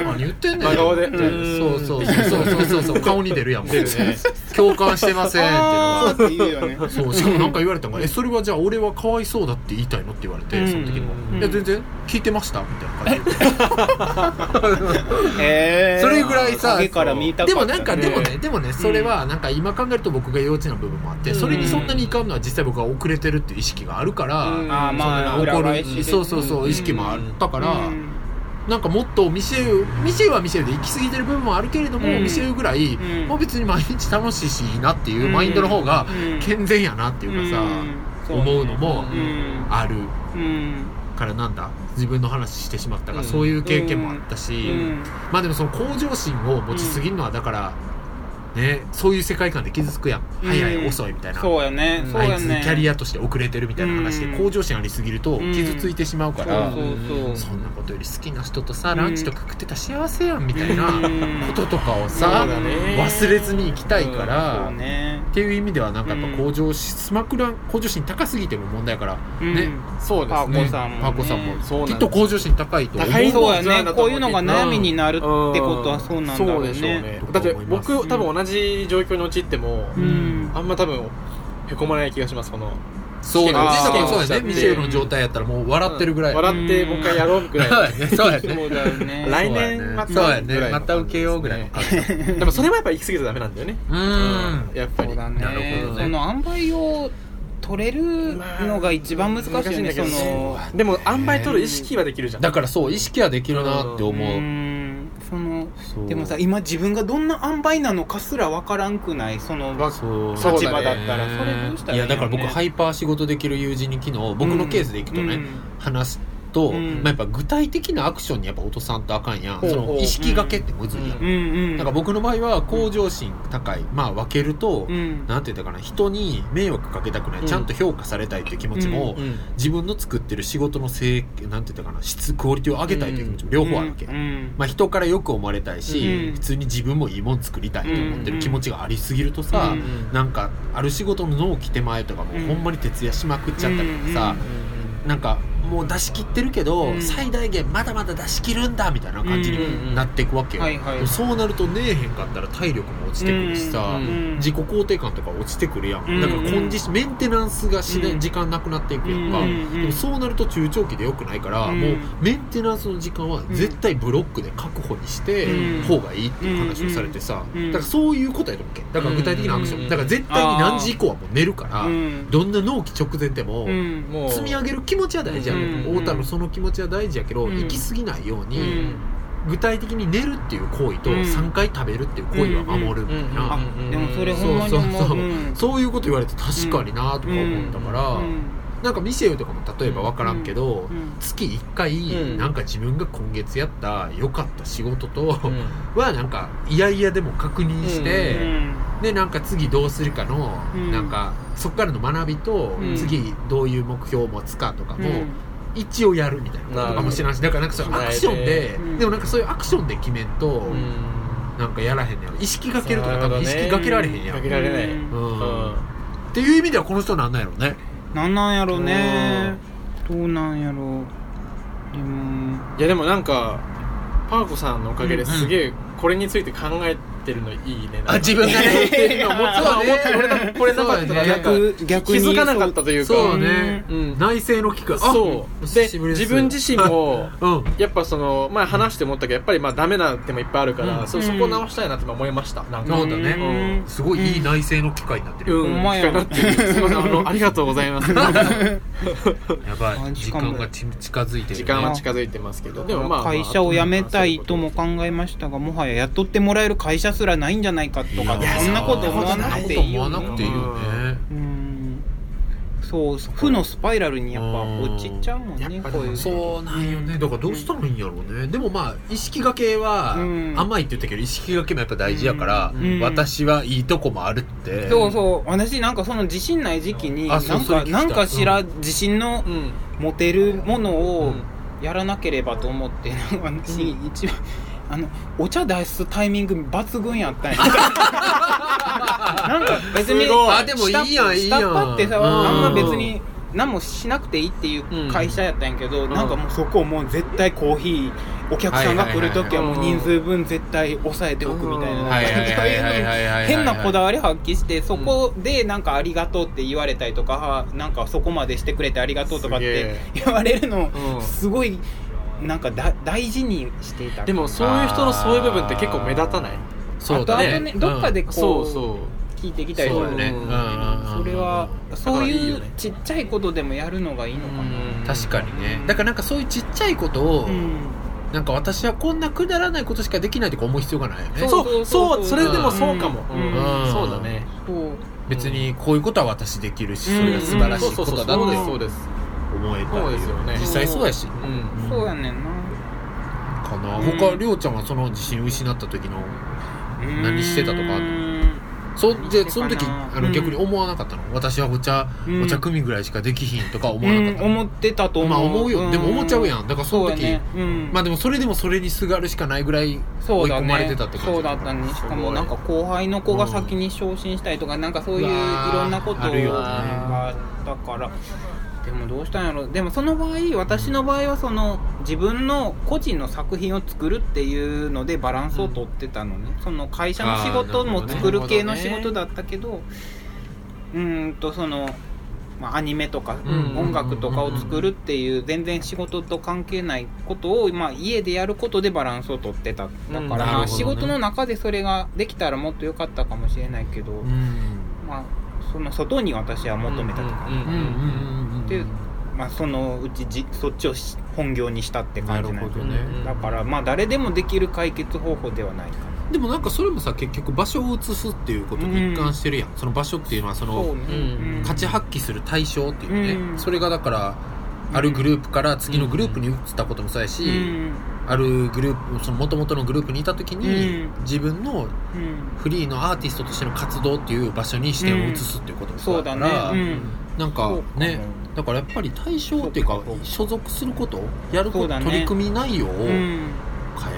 [SPEAKER 3] 何言ってんねん。
[SPEAKER 1] 真顔で
[SPEAKER 3] そうそうそうそうそうそう。顔に出るやん。もう
[SPEAKER 1] 出るね
[SPEAKER 3] 共感してませんっていう
[SPEAKER 2] あ
[SPEAKER 3] のが。
[SPEAKER 2] ーって言うよね
[SPEAKER 3] そうしかもなんか言われたのが「えそれはじゃあ俺はかわいそうだって言いたいの?」って言われてその時にも
[SPEAKER 1] うん
[SPEAKER 3] 「いや全然聞いてました」みたいな感じで
[SPEAKER 2] へえ
[SPEAKER 3] それぐらいさ
[SPEAKER 2] 影から見た
[SPEAKER 3] で
[SPEAKER 2] か
[SPEAKER 3] も
[SPEAKER 2] った
[SPEAKER 3] なんかでもねでもねそれはなんか今考えると僕が幼稚な部分もあってそれにそんなにいかんのは実際僕は遅れてるっていう意識があるから
[SPEAKER 1] うん
[SPEAKER 2] あーまあ
[SPEAKER 3] そんな
[SPEAKER 2] 裏
[SPEAKER 3] 怒る
[SPEAKER 2] 返しで
[SPEAKER 3] そうそうそううん意識もあったか
[SPEAKER 2] から
[SPEAKER 3] なんかもっとミシェウミシェウはミシェウで行き過ぎてる部分もあるけれども
[SPEAKER 2] うん
[SPEAKER 3] ミシェウぐらい
[SPEAKER 2] うん
[SPEAKER 3] もう別に毎日楽しいしいいなっていうマインドの方が健全やなっていうかさ思うのも
[SPEAKER 2] うん
[SPEAKER 3] ある
[SPEAKER 2] うん
[SPEAKER 3] からなんだ自分の話してしまったが
[SPEAKER 1] うん
[SPEAKER 3] そういう経験もあったし
[SPEAKER 2] うん
[SPEAKER 3] まあでもその向上心を持ちすぎるのはだからねそういう世界観で傷つくやん
[SPEAKER 2] うん
[SPEAKER 3] 早い遅いみたいな
[SPEAKER 2] そうやねそう
[SPEAKER 3] あい
[SPEAKER 2] や
[SPEAKER 3] つ
[SPEAKER 2] ね
[SPEAKER 3] キャリアとして遅れてるみたいな話で
[SPEAKER 2] うん
[SPEAKER 3] 向上心ありすぎると
[SPEAKER 2] うん
[SPEAKER 3] 傷ついてしまう
[SPEAKER 2] そ
[SPEAKER 3] か
[SPEAKER 2] う
[SPEAKER 3] ら。
[SPEAKER 2] そうそ
[SPEAKER 3] そんなことより好きな人とさ
[SPEAKER 2] うん
[SPEAKER 3] ランチとか食ってたら幸せやんみたいう
[SPEAKER 2] う
[SPEAKER 3] な
[SPEAKER 2] ん
[SPEAKER 3] こととかを
[SPEAKER 1] そ
[SPEAKER 3] さ
[SPEAKER 1] うだね
[SPEAKER 3] 忘れずに行きたいか
[SPEAKER 2] そう
[SPEAKER 3] ら
[SPEAKER 2] ね
[SPEAKER 3] っていう意味ではなんかやっぱ向上しスマクラ向上心高すぎても問題やから
[SPEAKER 2] うん
[SPEAKER 3] ね
[SPEAKER 1] そうで
[SPEAKER 2] パ
[SPEAKER 1] す
[SPEAKER 2] ー
[SPEAKER 1] ね
[SPEAKER 2] コさんもね
[SPEAKER 3] パーコさんも
[SPEAKER 1] そうなん
[SPEAKER 3] き
[SPEAKER 1] です
[SPEAKER 3] っと向上心高いと思
[SPEAKER 1] 高い
[SPEAKER 3] うん
[SPEAKER 2] そうやねこういうのが悩みになるってことはそうなんだろ
[SPEAKER 1] そ
[SPEAKER 2] う
[SPEAKER 1] うでしょう
[SPEAKER 2] ね
[SPEAKER 1] ねだって僕
[SPEAKER 2] ん
[SPEAKER 1] 多分同じ状況に陥っても
[SPEAKER 2] うん
[SPEAKER 1] あんま多分へこまない気がしますこの
[SPEAKER 3] そうなんです
[SPEAKER 1] あー
[SPEAKER 3] だからそうだね
[SPEAKER 1] うん
[SPEAKER 3] ミシェルの状態やったらもう笑ってるぐらい
[SPEAKER 1] 笑ってもう一回やろうぐらい
[SPEAKER 3] そうやね そうやね
[SPEAKER 2] そうだよ ね
[SPEAKER 1] 来年また
[SPEAKER 3] そうやね
[SPEAKER 1] ぐらいの
[SPEAKER 3] また受けようぐらいの感じう
[SPEAKER 1] でもそれはやっぱ行き過ぎちゃダメなんだよね
[SPEAKER 3] ーん
[SPEAKER 1] やっぱり
[SPEAKER 2] そうだ
[SPEAKER 3] なる
[SPEAKER 2] ね
[SPEAKER 3] ほどね
[SPEAKER 2] その塩梅を取れるのが一番難しいよね
[SPEAKER 1] 難しい
[SPEAKER 2] そ
[SPEAKER 1] んだけど
[SPEAKER 2] の
[SPEAKER 1] でも塩梅取る意識はできるじゃん
[SPEAKER 3] だからそう意識はできるなって思う
[SPEAKER 2] うんその
[SPEAKER 3] そう
[SPEAKER 2] でもさ今自分がどんな塩梅なのかすら分からんくないその
[SPEAKER 3] そう
[SPEAKER 1] そう
[SPEAKER 2] 立場だったらそれどうしたらいいのね
[SPEAKER 3] いやだから僕ハイパー仕事できる友人に昨日僕のケースでいくとね、話すと、
[SPEAKER 2] うん
[SPEAKER 3] まあ、やっぱ具体的なアクションにやっぱ落とさんとあかんやん
[SPEAKER 1] ほう
[SPEAKER 3] そ
[SPEAKER 1] ほう
[SPEAKER 3] の意識がけってむずいやん、
[SPEAKER 1] う
[SPEAKER 2] うんうん
[SPEAKER 3] だから僕の場合は向上心高い、まあ分けると、
[SPEAKER 2] うん
[SPEAKER 3] なんて言ったかな人に迷惑かけたくない、
[SPEAKER 1] うん
[SPEAKER 3] ちゃんと評価されたいという気持ちも、
[SPEAKER 1] うん
[SPEAKER 3] 自分の作ってる仕事のせいなんて言ったかな質クオリティを上げたいという気持ちも両方あるわけ、
[SPEAKER 2] うん
[SPEAKER 3] まあ、人からよく思われたいし、
[SPEAKER 2] うん
[SPEAKER 3] 普通に自分もいいもん作りたいと思ってる気持ちがありすぎるとさ、
[SPEAKER 2] うん
[SPEAKER 1] うん
[SPEAKER 3] なんかある仕事の納期手前とかも
[SPEAKER 2] うん
[SPEAKER 3] ほんまに徹夜しまくっちゃったりとかさ、なんかもう出し切ってるけど、
[SPEAKER 2] うん
[SPEAKER 3] 最大限まだまだ出し切るんだみたいな感じ
[SPEAKER 2] うん
[SPEAKER 3] に
[SPEAKER 1] うんうん
[SPEAKER 3] なっていくわけよ、
[SPEAKER 2] はいはい
[SPEAKER 3] でもそうなるとねえへんかったら体力も落ちてくるしさ、
[SPEAKER 1] うん
[SPEAKER 2] うん
[SPEAKER 3] 自己肯定感とか落ちてくるやん、
[SPEAKER 2] うん
[SPEAKER 3] だからコンディシメンテナンスがしない、
[SPEAKER 2] うん
[SPEAKER 3] 時間なくなっていくやんか、
[SPEAKER 2] うんうんうん
[SPEAKER 3] でもそうなると中長期で良くないから、
[SPEAKER 2] うん
[SPEAKER 3] もうメンテナンスの時間は絶対ブロックで確保にして
[SPEAKER 2] うん
[SPEAKER 3] 方がいいっていう話をされてさ、
[SPEAKER 2] うんうん
[SPEAKER 3] だからそういうことやと思うけだから具体的なアクショ
[SPEAKER 1] う
[SPEAKER 3] ン、
[SPEAKER 1] ん
[SPEAKER 3] だから絶対に何時以降はもう寝るから、
[SPEAKER 2] うん
[SPEAKER 3] どんな納期直前でも、
[SPEAKER 2] うん
[SPEAKER 1] もう
[SPEAKER 3] 積み上げる気持ちは大事やけ
[SPEAKER 2] うん
[SPEAKER 3] ど太田のその気持ちは大事やけど、
[SPEAKER 2] うん
[SPEAKER 3] 行き過ぎないように、
[SPEAKER 2] うん
[SPEAKER 3] 具体的に寝るっていう行為と、
[SPEAKER 2] うん
[SPEAKER 3] 3回食べるっていう行為は守るみたいな、
[SPEAKER 2] あ
[SPEAKER 1] うん
[SPEAKER 2] でもそれほんまに思
[SPEAKER 3] そうそうう
[SPEAKER 2] うん
[SPEAKER 3] そういうこと言われて確かになとか思ったから、
[SPEAKER 2] うん
[SPEAKER 3] なんかミシェルとかも例えば分からんけど、
[SPEAKER 2] うん
[SPEAKER 3] 月1回、
[SPEAKER 1] うん
[SPEAKER 3] なんか自分が今月やった良かった仕事と、はなんかいやいやでも確認して。
[SPEAKER 2] うん
[SPEAKER 3] でなんか次どうするかの、
[SPEAKER 2] うん
[SPEAKER 3] なんかそこからの学びと、
[SPEAKER 2] うん
[SPEAKER 3] 次どういう目標を持つかとかも、
[SPEAKER 2] うん
[SPEAKER 3] 一応やるみたいなこととかもしれないしだからなんかそういうアクションで、
[SPEAKER 2] うん
[SPEAKER 3] でもなんかそういうアクションで決めんと、
[SPEAKER 1] うん
[SPEAKER 3] なんかやらへんねや意識がけるとか
[SPEAKER 1] そ
[SPEAKER 3] 多
[SPEAKER 1] うだ
[SPEAKER 3] 分
[SPEAKER 1] ね
[SPEAKER 3] 意識がけられへんやん、
[SPEAKER 1] か
[SPEAKER 3] う
[SPEAKER 1] けられない
[SPEAKER 2] うん
[SPEAKER 3] んっていう意味ではこの人なんなんやろうね
[SPEAKER 2] なんなんやろねどうなんやろでも
[SPEAKER 1] いやでもなんかパーコさんのおかげですげえこれについて考えってるのいいね
[SPEAKER 3] あ自分が
[SPEAKER 1] 持
[SPEAKER 3] ね
[SPEAKER 1] ってるの持つの思ってこれなこれなかったらなんか
[SPEAKER 2] 逆逆
[SPEAKER 1] 気
[SPEAKER 2] に
[SPEAKER 1] づかなかったというか
[SPEAKER 3] そうね、
[SPEAKER 1] うん
[SPEAKER 3] 内政の期間
[SPEAKER 1] そうで自分自身も
[SPEAKER 3] うん
[SPEAKER 1] やっぱその前話して思ったけどやっぱりまあダメな手もいっぱいあるから、
[SPEAKER 3] うん
[SPEAKER 1] そう
[SPEAKER 2] うん
[SPEAKER 1] そこを直したいなって今思いましたなんか
[SPEAKER 3] そうだね
[SPEAKER 1] うん
[SPEAKER 3] すごいいい内政の機会になってる、
[SPEAKER 1] うん
[SPEAKER 2] ほんまや
[SPEAKER 1] なってるすいませんあのありがとうござ います
[SPEAKER 3] やば
[SPEAKER 2] あ
[SPEAKER 3] い時
[SPEAKER 2] 時間
[SPEAKER 3] 間
[SPEAKER 2] も
[SPEAKER 3] がち近づいてる、ね、
[SPEAKER 1] 時間は近づいてますけどでもまあ
[SPEAKER 2] 会社を辞めたいとも考えましたがもはや雇ってもらえる会社すらないんじゃないかとか
[SPEAKER 3] いや
[SPEAKER 2] そんなこと思わなくていいよ
[SPEAKER 3] そんなこと思わなくていいよね、
[SPEAKER 2] うんそう負のスパイラルにやっぱ落ちちゃうもん
[SPEAKER 1] うんや
[SPEAKER 2] ね
[SPEAKER 1] っぱ
[SPEAKER 2] こ
[SPEAKER 1] でも
[SPEAKER 2] ういう
[SPEAKER 3] そうなんよねだからどうしたらいいんやろうね、でもまあ意識がけは
[SPEAKER 2] うん
[SPEAKER 3] 甘いって言ったけど意識がけもやっぱ大事やから、
[SPEAKER 1] うん
[SPEAKER 2] うん
[SPEAKER 3] 私はいいとこもあるって
[SPEAKER 2] そうそう私なんかその自信ない時期にな
[SPEAKER 3] あ
[SPEAKER 2] ん
[SPEAKER 3] そうそれ聞
[SPEAKER 2] か
[SPEAKER 3] きたい
[SPEAKER 2] なんかしら自信の
[SPEAKER 1] うん
[SPEAKER 2] 持てるもの
[SPEAKER 1] う
[SPEAKER 2] を
[SPEAKER 1] ん
[SPEAKER 2] やらなければと思ってなんか私一番あのお茶出すタイミング抜群やったんやなんか別に
[SPEAKER 1] すごい
[SPEAKER 3] あでもいいやん
[SPEAKER 2] 下っ
[SPEAKER 3] いいやん
[SPEAKER 2] 下っ端って
[SPEAKER 3] う
[SPEAKER 2] さ
[SPEAKER 3] ん
[SPEAKER 2] あんま別に何もしなくていいっていう会社やったんやけど、
[SPEAKER 1] ん
[SPEAKER 2] なんかもうそこをもう絶対コーヒーお客さんが来る時はもう人数分絶対抑えておくみたいな
[SPEAKER 3] はいはいはい
[SPEAKER 2] なんかそう
[SPEAKER 3] は
[SPEAKER 2] いう
[SPEAKER 3] い
[SPEAKER 2] の
[SPEAKER 3] はいはい
[SPEAKER 2] 変なこだわり発揮してそこでなんかありがとうって言われたりとか、あなんかそこまでしてくれてありがとうとかっ
[SPEAKER 1] すげ
[SPEAKER 2] て
[SPEAKER 1] え
[SPEAKER 2] 言われるの
[SPEAKER 1] うん
[SPEAKER 2] すごいなんかだ大事にしていた
[SPEAKER 1] でもそういう人のそういう部分って結構目立たない
[SPEAKER 3] そうだ
[SPEAKER 2] あとあとねどっかでこう
[SPEAKER 1] そうそう
[SPEAKER 2] 聞いてきたり
[SPEAKER 3] そ
[SPEAKER 2] と
[SPEAKER 3] う
[SPEAKER 2] か
[SPEAKER 3] だね、
[SPEAKER 1] うん
[SPEAKER 2] それはそういうちっちゃいことでもやるのがいいのかな
[SPEAKER 1] うん
[SPEAKER 3] 確かにねだからなんかそういうちっちゃいことを、
[SPEAKER 2] うん
[SPEAKER 3] なんか私はこんなくだらないことしかできないとか思う必要がないよね
[SPEAKER 2] そう
[SPEAKER 1] そうそうそれでもそうかも
[SPEAKER 2] うん
[SPEAKER 1] うん
[SPEAKER 3] うん
[SPEAKER 1] そうだね
[SPEAKER 2] そう
[SPEAKER 3] 別にこういうことは私できるし、
[SPEAKER 2] うん
[SPEAKER 3] それが素晴らしい
[SPEAKER 1] そう
[SPEAKER 3] こ
[SPEAKER 1] そうそ
[SPEAKER 3] と
[SPEAKER 1] う
[SPEAKER 3] だ
[SPEAKER 1] そう
[SPEAKER 3] っ
[SPEAKER 1] で
[SPEAKER 3] て
[SPEAKER 1] すそうです
[SPEAKER 3] 思えた
[SPEAKER 1] そう
[SPEAKER 3] り
[SPEAKER 1] ですよね
[SPEAKER 3] 実際そうやし、
[SPEAKER 1] うん
[SPEAKER 2] そうやねんな
[SPEAKER 3] かな
[SPEAKER 2] うん
[SPEAKER 3] 他りょうちゃんはその自信失った時の何してたとかある
[SPEAKER 2] うん
[SPEAKER 3] そ
[SPEAKER 2] 見てか
[SPEAKER 3] で
[SPEAKER 2] な
[SPEAKER 3] その時あ
[SPEAKER 2] う
[SPEAKER 3] の
[SPEAKER 2] ん
[SPEAKER 3] 逆に思わなかったの、私はお茶、
[SPEAKER 2] うん
[SPEAKER 3] お茶組ぐらいしかできひんとか思わな
[SPEAKER 2] う
[SPEAKER 3] かっ
[SPEAKER 2] ん
[SPEAKER 3] た、
[SPEAKER 2] 思ってたと思う
[SPEAKER 3] まあ思うよ、でも思っちゃうや
[SPEAKER 2] ん
[SPEAKER 3] んだからそ
[SPEAKER 2] そう
[SPEAKER 3] の
[SPEAKER 2] や
[SPEAKER 3] 時、
[SPEAKER 2] ねうん
[SPEAKER 3] まあでもそれでもそれにすがるしかないぐらい
[SPEAKER 2] そ
[SPEAKER 3] 追
[SPEAKER 2] う
[SPEAKER 3] い
[SPEAKER 2] だ
[SPEAKER 3] 込
[SPEAKER 2] ね
[SPEAKER 3] まれてたって感じ
[SPEAKER 2] そうだったねしかもなんか後輩の子が先に昇進したりとか、なんかそういういろんなこと
[SPEAKER 3] うわーあるよね
[SPEAKER 2] があったからでもどうしたんやろでもその場合私の場合はその自分の個人の作品を作るっていうのでバランスをとってたのね、その会社の仕事
[SPEAKER 3] あー
[SPEAKER 2] も
[SPEAKER 3] なる
[SPEAKER 1] ほ
[SPEAKER 2] 作
[SPEAKER 1] どね
[SPEAKER 2] る系の仕事だったけどうーんとその、まあ、アニメとか
[SPEAKER 1] うん
[SPEAKER 2] 音楽とかを作るっていう全然仕事と関係ないことを、まあ、家でやることでバランスをとってただから、
[SPEAKER 1] うん
[SPEAKER 2] まあ
[SPEAKER 1] なる
[SPEAKER 3] ほどね
[SPEAKER 2] 仕事の中でそれができたらもっと良かったかもしれないけど、
[SPEAKER 3] うん
[SPEAKER 2] まあその外に私は求めたとか、
[SPEAKER 1] うんうん
[SPEAKER 3] うんうんうんうん
[SPEAKER 2] でまあ、そのうちじそっちをし本業にしたって感
[SPEAKER 3] なる
[SPEAKER 2] じな
[SPEAKER 3] ほ
[SPEAKER 2] ん
[SPEAKER 3] ど
[SPEAKER 2] で
[SPEAKER 3] ね、
[SPEAKER 1] うん
[SPEAKER 2] だからまあ誰でもできる解決方法ではないかな
[SPEAKER 3] でもなんかそれもさ結局場所を移すっていうことに一貫してるやん、その場所っていうのはその
[SPEAKER 2] そうね、
[SPEAKER 1] うん
[SPEAKER 3] 価値発揮する対象っていうね、
[SPEAKER 2] うん
[SPEAKER 3] それがだからあるグループから次のグループに移ったこともそうやし、
[SPEAKER 2] うん
[SPEAKER 3] あるグループその元々のグループにいた時に、
[SPEAKER 2] うん
[SPEAKER 3] 自分
[SPEAKER 2] う
[SPEAKER 3] の
[SPEAKER 2] ん
[SPEAKER 3] フリーのアーティストとしての活動っていう場所に視点を移すっていうことも
[SPEAKER 2] そうだ
[SPEAKER 3] か
[SPEAKER 2] ね
[SPEAKER 3] ら、
[SPEAKER 2] うん
[SPEAKER 3] なん
[SPEAKER 2] そ
[SPEAKER 3] か
[SPEAKER 2] うかも
[SPEAKER 3] ねだからやっぱり対象っていうか
[SPEAKER 2] そうか
[SPEAKER 3] 所属することやる
[SPEAKER 2] そ
[SPEAKER 3] こと、
[SPEAKER 2] うだね
[SPEAKER 3] 取り組み内容を
[SPEAKER 2] う
[SPEAKER 3] 変
[SPEAKER 2] ん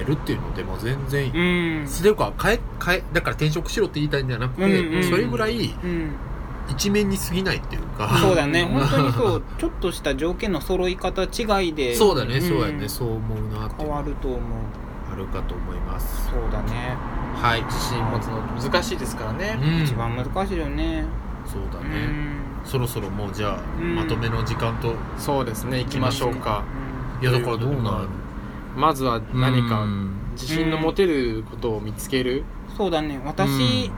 [SPEAKER 3] えるっていうのでも全然いい、
[SPEAKER 2] うん
[SPEAKER 3] それか変え変えだから転職しろって言いたいんじゃなくて、
[SPEAKER 2] うんうん
[SPEAKER 3] それぐらい
[SPEAKER 2] うん
[SPEAKER 3] 一面に過ぎないっていうか
[SPEAKER 2] そうだ ね本当にそうちょっとした条件の揃い方違いで
[SPEAKER 3] そうだね、そうやね、
[SPEAKER 2] ん
[SPEAKER 3] そう思うなってい
[SPEAKER 2] 変
[SPEAKER 3] うの
[SPEAKER 2] わ
[SPEAKER 3] は
[SPEAKER 2] ると思う
[SPEAKER 3] あるかと思います。
[SPEAKER 2] そうだね、
[SPEAKER 3] はい、
[SPEAKER 1] 自信持つの難しいですからね
[SPEAKER 3] うん、
[SPEAKER 2] 一番難しいよね
[SPEAKER 3] そうだ
[SPEAKER 2] う
[SPEAKER 3] ね。
[SPEAKER 2] ん
[SPEAKER 3] そろそろもうじゃあ、
[SPEAKER 2] ん
[SPEAKER 3] まとめの時間と、
[SPEAKER 1] そうですね行きましょうか
[SPEAKER 3] いやだからどうなる
[SPEAKER 1] まずは何か
[SPEAKER 3] うん
[SPEAKER 1] 自信の持てることを見つける
[SPEAKER 2] そうだね私、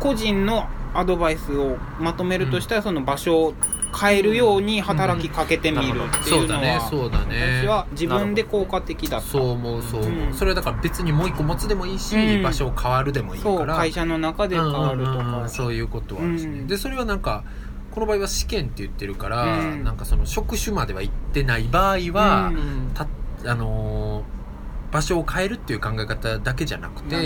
[SPEAKER 2] 個人のアドバイスをまとめるとしたら、その場所を変えるように働きかけてみるってい
[SPEAKER 3] そ
[SPEAKER 2] う
[SPEAKER 3] う
[SPEAKER 2] の
[SPEAKER 3] だ
[SPEAKER 2] は、
[SPEAKER 3] ね、そうだね。
[SPEAKER 2] 私は自分で効果的だった
[SPEAKER 3] そう思うそう思う、
[SPEAKER 2] うん
[SPEAKER 3] それはだから別にもう一個持つでもいいし、
[SPEAKER 2] うん
[SPEAKER 3] 場所を変わるでもいいか
[SPEAKER 2] そう
[SPEAKER 3] ら
[SPEAKER 2] 会社の中で変わると
[SPEAKER 3] うんうんう
[SPEAKER 2] か
[SPEAKER 3] んそういうことはあるしね、
[SPEAKER 2] うん
[SPEAKER 3] でそれはなんかこの場合は試験って言ってるから、
[SPEAKER 2] うん
[SPEAKER 3] なんかその職種までは行ってない場合は、
[SPEAKER 2] うん
[SPEAKER 3] たあのー場所を変えるっていう考え方だけじゃなくて、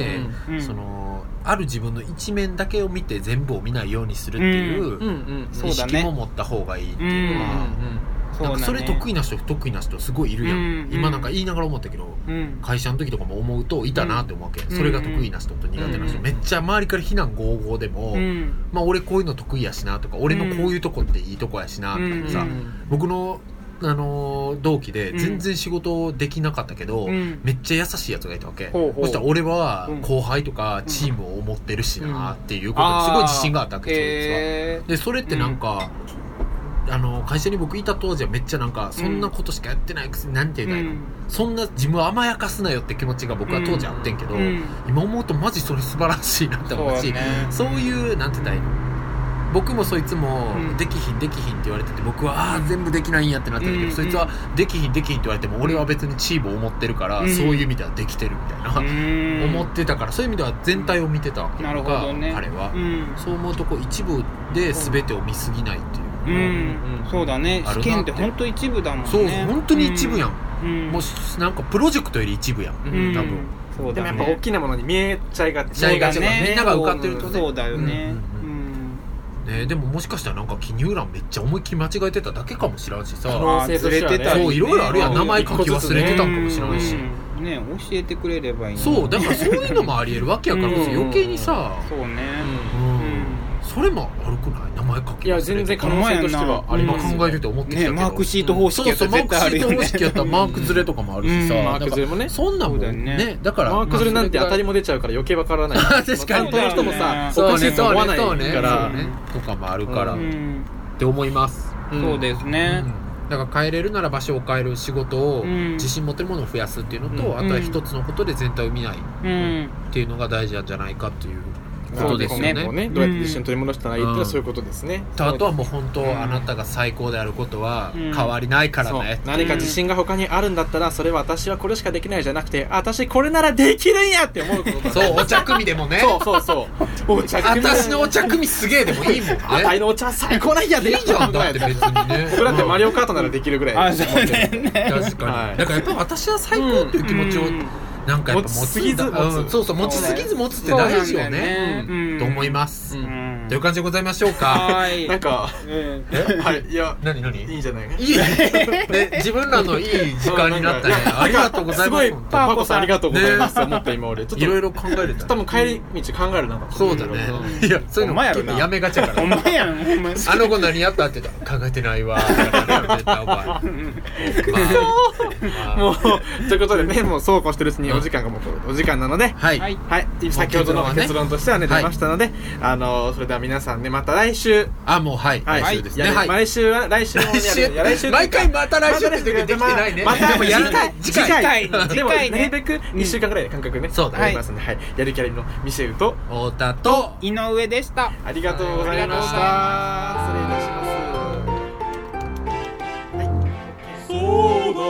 [SPEAKER 1] うん
[SPEAKER 2] うん
[SPEAKER 3] そのある自分の一面だけを見て全部を見ないようにするっていう、
[SPEAKER 1] うんうん
[SPEAKER 2] そう
[SPEAKER 3] 意
[SPEAKER 2] だ
[SPEAKER 3] 識
[SPEAKER 2] ね
[SPEAKER 3] も持った方がいいっていうの
[SPEAKER 1] う
[SPEAKER 3] は、
[SPEAKER 1] ん
[SPEAKER 2] そう
[SPEAKER 3] なんかそれ得
[SPEAKER 2] 意
[SPEAKER 3] 意な人不得意な人すごいいるやん、
[SPEAKER 2] うんうん
[SPEAKER 3] 今なんか言いながら思ったけど、
[SPEAKER 2] うん
[SPEAKER 3] 会社の時とかも思うといたなって思うわけ、
[SPEAKER 2] ん
[SPEAKER 3] それが得意な人と苦手な人、
[SPEAKER 1] うん
[SPEAKER 3] めっちゃ周りから非難合々でも、
[SPEAKER 2] うん
[SPEAKER 3] まあ俺こういうの得意やしなとか俺のこういうとこっていいとこやしなみたいな
[SPEAKER 1] うん
[SPEAKER 3] さ、
[SPEAKER 1] うん
[SPEAKER 3] 僕のあのー同期で
[SPEAKER 2] うん
[SPEAKER 3] 全然仕事できなかったけど、
[SPEAKER 2] うん
[SPEAKER 3] めっちゃ優しいやつがいたわけ、
[SPEAKER 2] ほうほう
[SPEAKER 3] そしたら俺は
[SPEAKER 2] うん
[SPEAKER 3] 後輩とかチームを思ってるし
[SPEAKER 2] うん
[SPEAKER 3] なっていうことにすごい自信があったわけ、そいつは
[SPEAKER 2] へ
[SPEAKER 3] でそれってなんか、あの会社に僕いた当時はめっちゃなんかそんなことしかやってないくせになんて
[SPEAKER 2] え
[SPEAKER 3] 言うんだろうそんな自分を甘やかすなよって気持ちが僕は当時あってんけど、
[SPEAKER 2] うん
[SPEAKER 3] 今思うとマジそれ素晴らしいなって
[SPEAKER 2] そう
[SPEAKER 3] 思うし
[SPEAKER 2] やね
[SPEAKER 3] そういうなんて言ったらいいの僕もそいつも
[SPEAKER 2] うん
[SPEAKER 3] できひんできひんって言われてて僕はあ
[SPEAKER 2] う
[SPEAKER 3] あ
[SPEAKER 2] ん
[SPEAKER 3] 全部できないんやってなってたけど、
[SPEAKER 2] うん
[SPEAKER 3] そいつはできひんできひんって言われても俺は別にチームを思ってるから、
[SPEAKER 2] うん
[SPEAKER 3] そういう意味ではできてるみたいな、
[SPEAKER 2] うん
[SPEAKER 3] 思ってたからそういう意味では全体を見てたの
[SPEAKER 2] なるほ
[SPEAKER 3] が、
[SPEAKER 2] どね
[SPEAKER 3] 彼は
[SPEAKER 2] う、ん
[SPEAKER 3] そう思うとこう一部で全てを見すぎないっていう
[SPEAKER 2] う
[SPEAKER 1] うんん
[SPEAKER 2] そうだね
[SPEAKER 3] ある
[SPEAKER 2] 試
[SPEAKER 3] なって
[SPEAKER 2] 験って本当一部だもんね
[SPEAKER 3] そう、本当に一部やん、
[SPEAKER 2] うん
[SPEAKER 3] もうしなんかプロジェクトより一部やん、
[SPEAKER 1] う
[SPEAKER 2] うん
[SPEAKER 3] 多分
[SPEAKER 2] そう
[SPEAKER 1] でも
[SPEAKER 2] だね
[SPEAKER 1] やっぱ大きなものに見えちゃいがち
[SPEAKER 3] ちゃいがち
[SPEAKER 1] う
[SPEAKER 3] だねみんなが受かってるとね
[SPEAKER 2] そうだよね
[SPEAKER 3] うん
[SPEAKER 2] う
[SPEAKER 3] う
[SPEAKER 2] ん
[SPEAKER 3] ね、でももしかしたらなんか記入欄めっちゃ思いっきり間違えてただけかもしらんし
[SPEAKER 1] 可
[SPEAKER 3] さ
[SPEAKER 1] 能性としてはね
[SPEAKER 2] あーずれてたりね
[SPEAKER 3] そういろいろあるやん
[SPEAKER 2] うん
[SPEAKER 3] 名前書き忘れてたんかもし
[SPEAKER 2] 知
[SPEAKER 3] れ
[SPEAKER 2] ら
[SPEAKER 3] ないし、
[SPEAKER 2] ね教えてくれればいいのに
[SPEAKER 3] そうだからそういうのもありえるわけやから
[SPEAKER 1] うん
[SPEAKER 3] 別に余計にさ、
[SPEAKER 2] そうね
[SPEAKER 1] うん
[SPEAKER 3] う
[SPEAKER 2] うんん
[SPEAKER 3] それも悪くない名前書き忘れて
[SPEAKER 1] いや全然可能性としてはあり
[SPEAKER 3] 今
[SPEAKER 1] ま
[SPEAKER 2] う
[SPEAKER 1] す
[SPEAKER 2] ん
[SPEAKER 1] よ
[SPEAKER 3] 考えてて思ってきたけ
[SPEAKER 2] ね
[SPEAKER 3] ど、
[SPEAKER 2] マークシート方式
[SPEAKER 3] そう
[SPEAKER 2] やった
[SPEAKER 3] そう
[SPEAKER 2] ら
[SPEAKER 3] マー
[SPEAKER 2] 絶対
[SPEAKER 3] クシ
[SPEAKER 2] あるよ
[SPEAKER 3] ート
[SPEAKER 2] ね
[SPEAKER 3] 方式やったらマークずれとかもあるしさ、
[SPEAKER 2] うん
[SPEAKER 1] マークズレもね
[SPEAKER 3] そんなんも
[SPEAKER 2] そうだよね
[SPEAKER 3] ねだから
[SPEAKER 1] マークズレなんて当たりも出ちゃうから余計わからない
[SPEAKER 3] 確かに
[SPEAKER 1] 担当の人もさ
[SPEAKER 3] そ
[SPEAKER 1] おか
[SPEAKER 3] う
[SPEAKER 1] し
[SPEAKER 3] ね
[SPEAKER 1] いと
[SPEAKER 3] そ
[SPEAKER 1] 思わ
[SPEAKER 3] う
[SPEAKER 1] な
[SPEAKER 3] ね
[SPEAKER 1] い
[SPEAKER 3] そうね
[SPEAKER 1] か
[SPEAKER 3] そう
[SPEAKER 1] ら
[SPEAKER 3] ねとかもあるから、
[SPEAKER 1] う
[SPEAKER 2] うん
[SPEAKER 3] って思います、
[SPEAKER 1] ん
[SPEAKER 2] そうですね
[SPEAKER 3] うんだから変えれるなら場所を変える仕事を
[SPEAKER 2] うん
[SPEAKER 3] 自信持てるものを増やすっていうのと、
[SPEAKER 1] うん
[SPEAKER 3] あとは一つのことで全体を見ないっ
[SPEAKER 2] うん
[SPEAKER 3] ていうのが大事なんじゃないかっていうこ
[SPEAKER 1] そ
[SPEAKER 3] と
[SPEAKER 1] うで
[SPEAKER 3] です
[SPEAKER 1] す
[SPEAKER 3] よ
[SPEAKER 1] ね
[SPEAKER 3] ね。
[SPEAKER 1] もう
[SPEAKER 3] ね
[SPEAKER 1] ねどうやって自信を取り戻したらいいっていうのはそういうことですね
[SPEAKER 3] あとはもう本当、
[SPEAKER 2] うん
[SPEAKER 3] あなたが最高であることは
[SPEAKER 2] うん
[SPEAKER 3] 変わりないから
[SPEAKER 1] そう
[SPEAKER 3] ね、
[SPEAKER 1] 何か自信が他にあるんだったらそれは私はこれしかできないじゃなくてあ私これならできるんやって思う ことだ
[SPEAKER 3] そうお茶組でもね
[SPEAKER 1] そうそうそうお茶組
[SPEAKER 3] 私のお茶組すげえでもいいもんね
[SPEAKER 1] あたいのお茶最高なんやで
[SPEAKER 3] いいじゃんだって別にね
[SPEAKER 1] 僕だってマリオカートならできるぐらい
[SPEAKER 2] あそうだよね
[SPEAKER 3] 確かに、
[SPEAKER 1] はい
[SPEAKER 3] だからやっぱ私は最高っていう気持ちを
[SPEAKER 2] うん
[SPEAKER 3] なんかやっぱ
[SPEAKER 1] 持
[SPEAKER 3] 持
[SPEAKER 1] ち
[SPEAKER 3] つ
[SPEAKER 1] す
[SPEAKER 3] ん
[SPEAKER 1] ぎず
[SPEAKER 3] だ、
[SPEAKER 1] 持つ
[SPEAKER 3] うんそうそう持ちすぎず持つって大事よね
[SPEAKER 2] うん
[SPEAKER 3] と思います、
[SPEAKER 1] うん
[SPEAKER 2] うん
[SPEAKER 3] という感じでございましょうか
[SPEAKER 2] はーい
[SPEAKER 1] なんか
[SPEAKER 2] うん
[SPEAKER 1] はいいや
[SPEAKER 3] 何何
[SPEAKER 1] いい
[SPEAKER 3] い
[SPEAKER 1] んじゃないか
[SPEAKER 3] いね自分らのいい時間になったね
[SPEAKER 1] そうなんか
[SPEAKER 3] ありがとうございます
[SPEAKER 1] すごいパーコさんありがとうございます
[SPEAKER 3] ね
[SPEAKER 1] 思った今俺ちょっと
[SPEAKER 3] いろいろ考える
[SPEAKER 1] 多分帰り道考えるなんか
[SPEAKER 3] そうだねいやそうい
[SPEAKER 2] ほ
[SPEAKER 3] う
[SPEAKER 2] んま
[SPEAKER 3] の
[SPEAKER 2] やろ
[SPEAKER 3] 結
[SPEAKER 2] な
[SPEAKER 3] 構やめがちやか
[SPEAKER 2] ほん
[SPEAKER 3] ら
[SPEAKER 2] まやんほんまや
[SPEAKER 3] あの子何やったって言ったら考えてないわ絶対お前まあまあ
[SPEAKER 1] もうということでねもうそうこうしてるうちにお時間がもうお時間なので
[SPEAKER 3] は
[SPEAKER 2] はい
[SPEAKER 3] い
[SPEAKER 1] はい、先ほどの結論としてはね、
[SPEAKER 3] はい
[SPEAKER 1] 出ましたので、あの、それでは皆さんね、また来週、
[SPEAKER 3] あもうはい来週ですね
[SPEAKER 1] やる
[SPEAKER 3] はい
[SPEAKER 1] 毎週は、来週もや
[SPEAKER 3] 来週
[SPEAKER 1] るいや来週
[SPEAKER 3] 毎回また来週って時はできてないね
[SPEAKER 1] また、
[SPEAKER 3] でもやらない
[SPEAKER 1] 次
[SPEAKER 3] 次回
[SPEAKER 1] 回、次回、
[SPEAKER 2] 次回
[SPEAKER 1] でも、
[SPEAKER 2] ね
[SPEAKER 1] なるべく2週間ぐらいの間隔ね、
[SPEAKER 3] そうだね
[SPEAKER 1] ありますんで、はい、やるキャリのミシェルと、
[SPEAKER 3] 太田と
[SPEAKER 2] 井上でした
[SPEAKER 1] ありがとうございました。
[SPEAKER 3] あ
[SPEAKER 1] 失礼いたします。
[SPEAKER 4] そうだ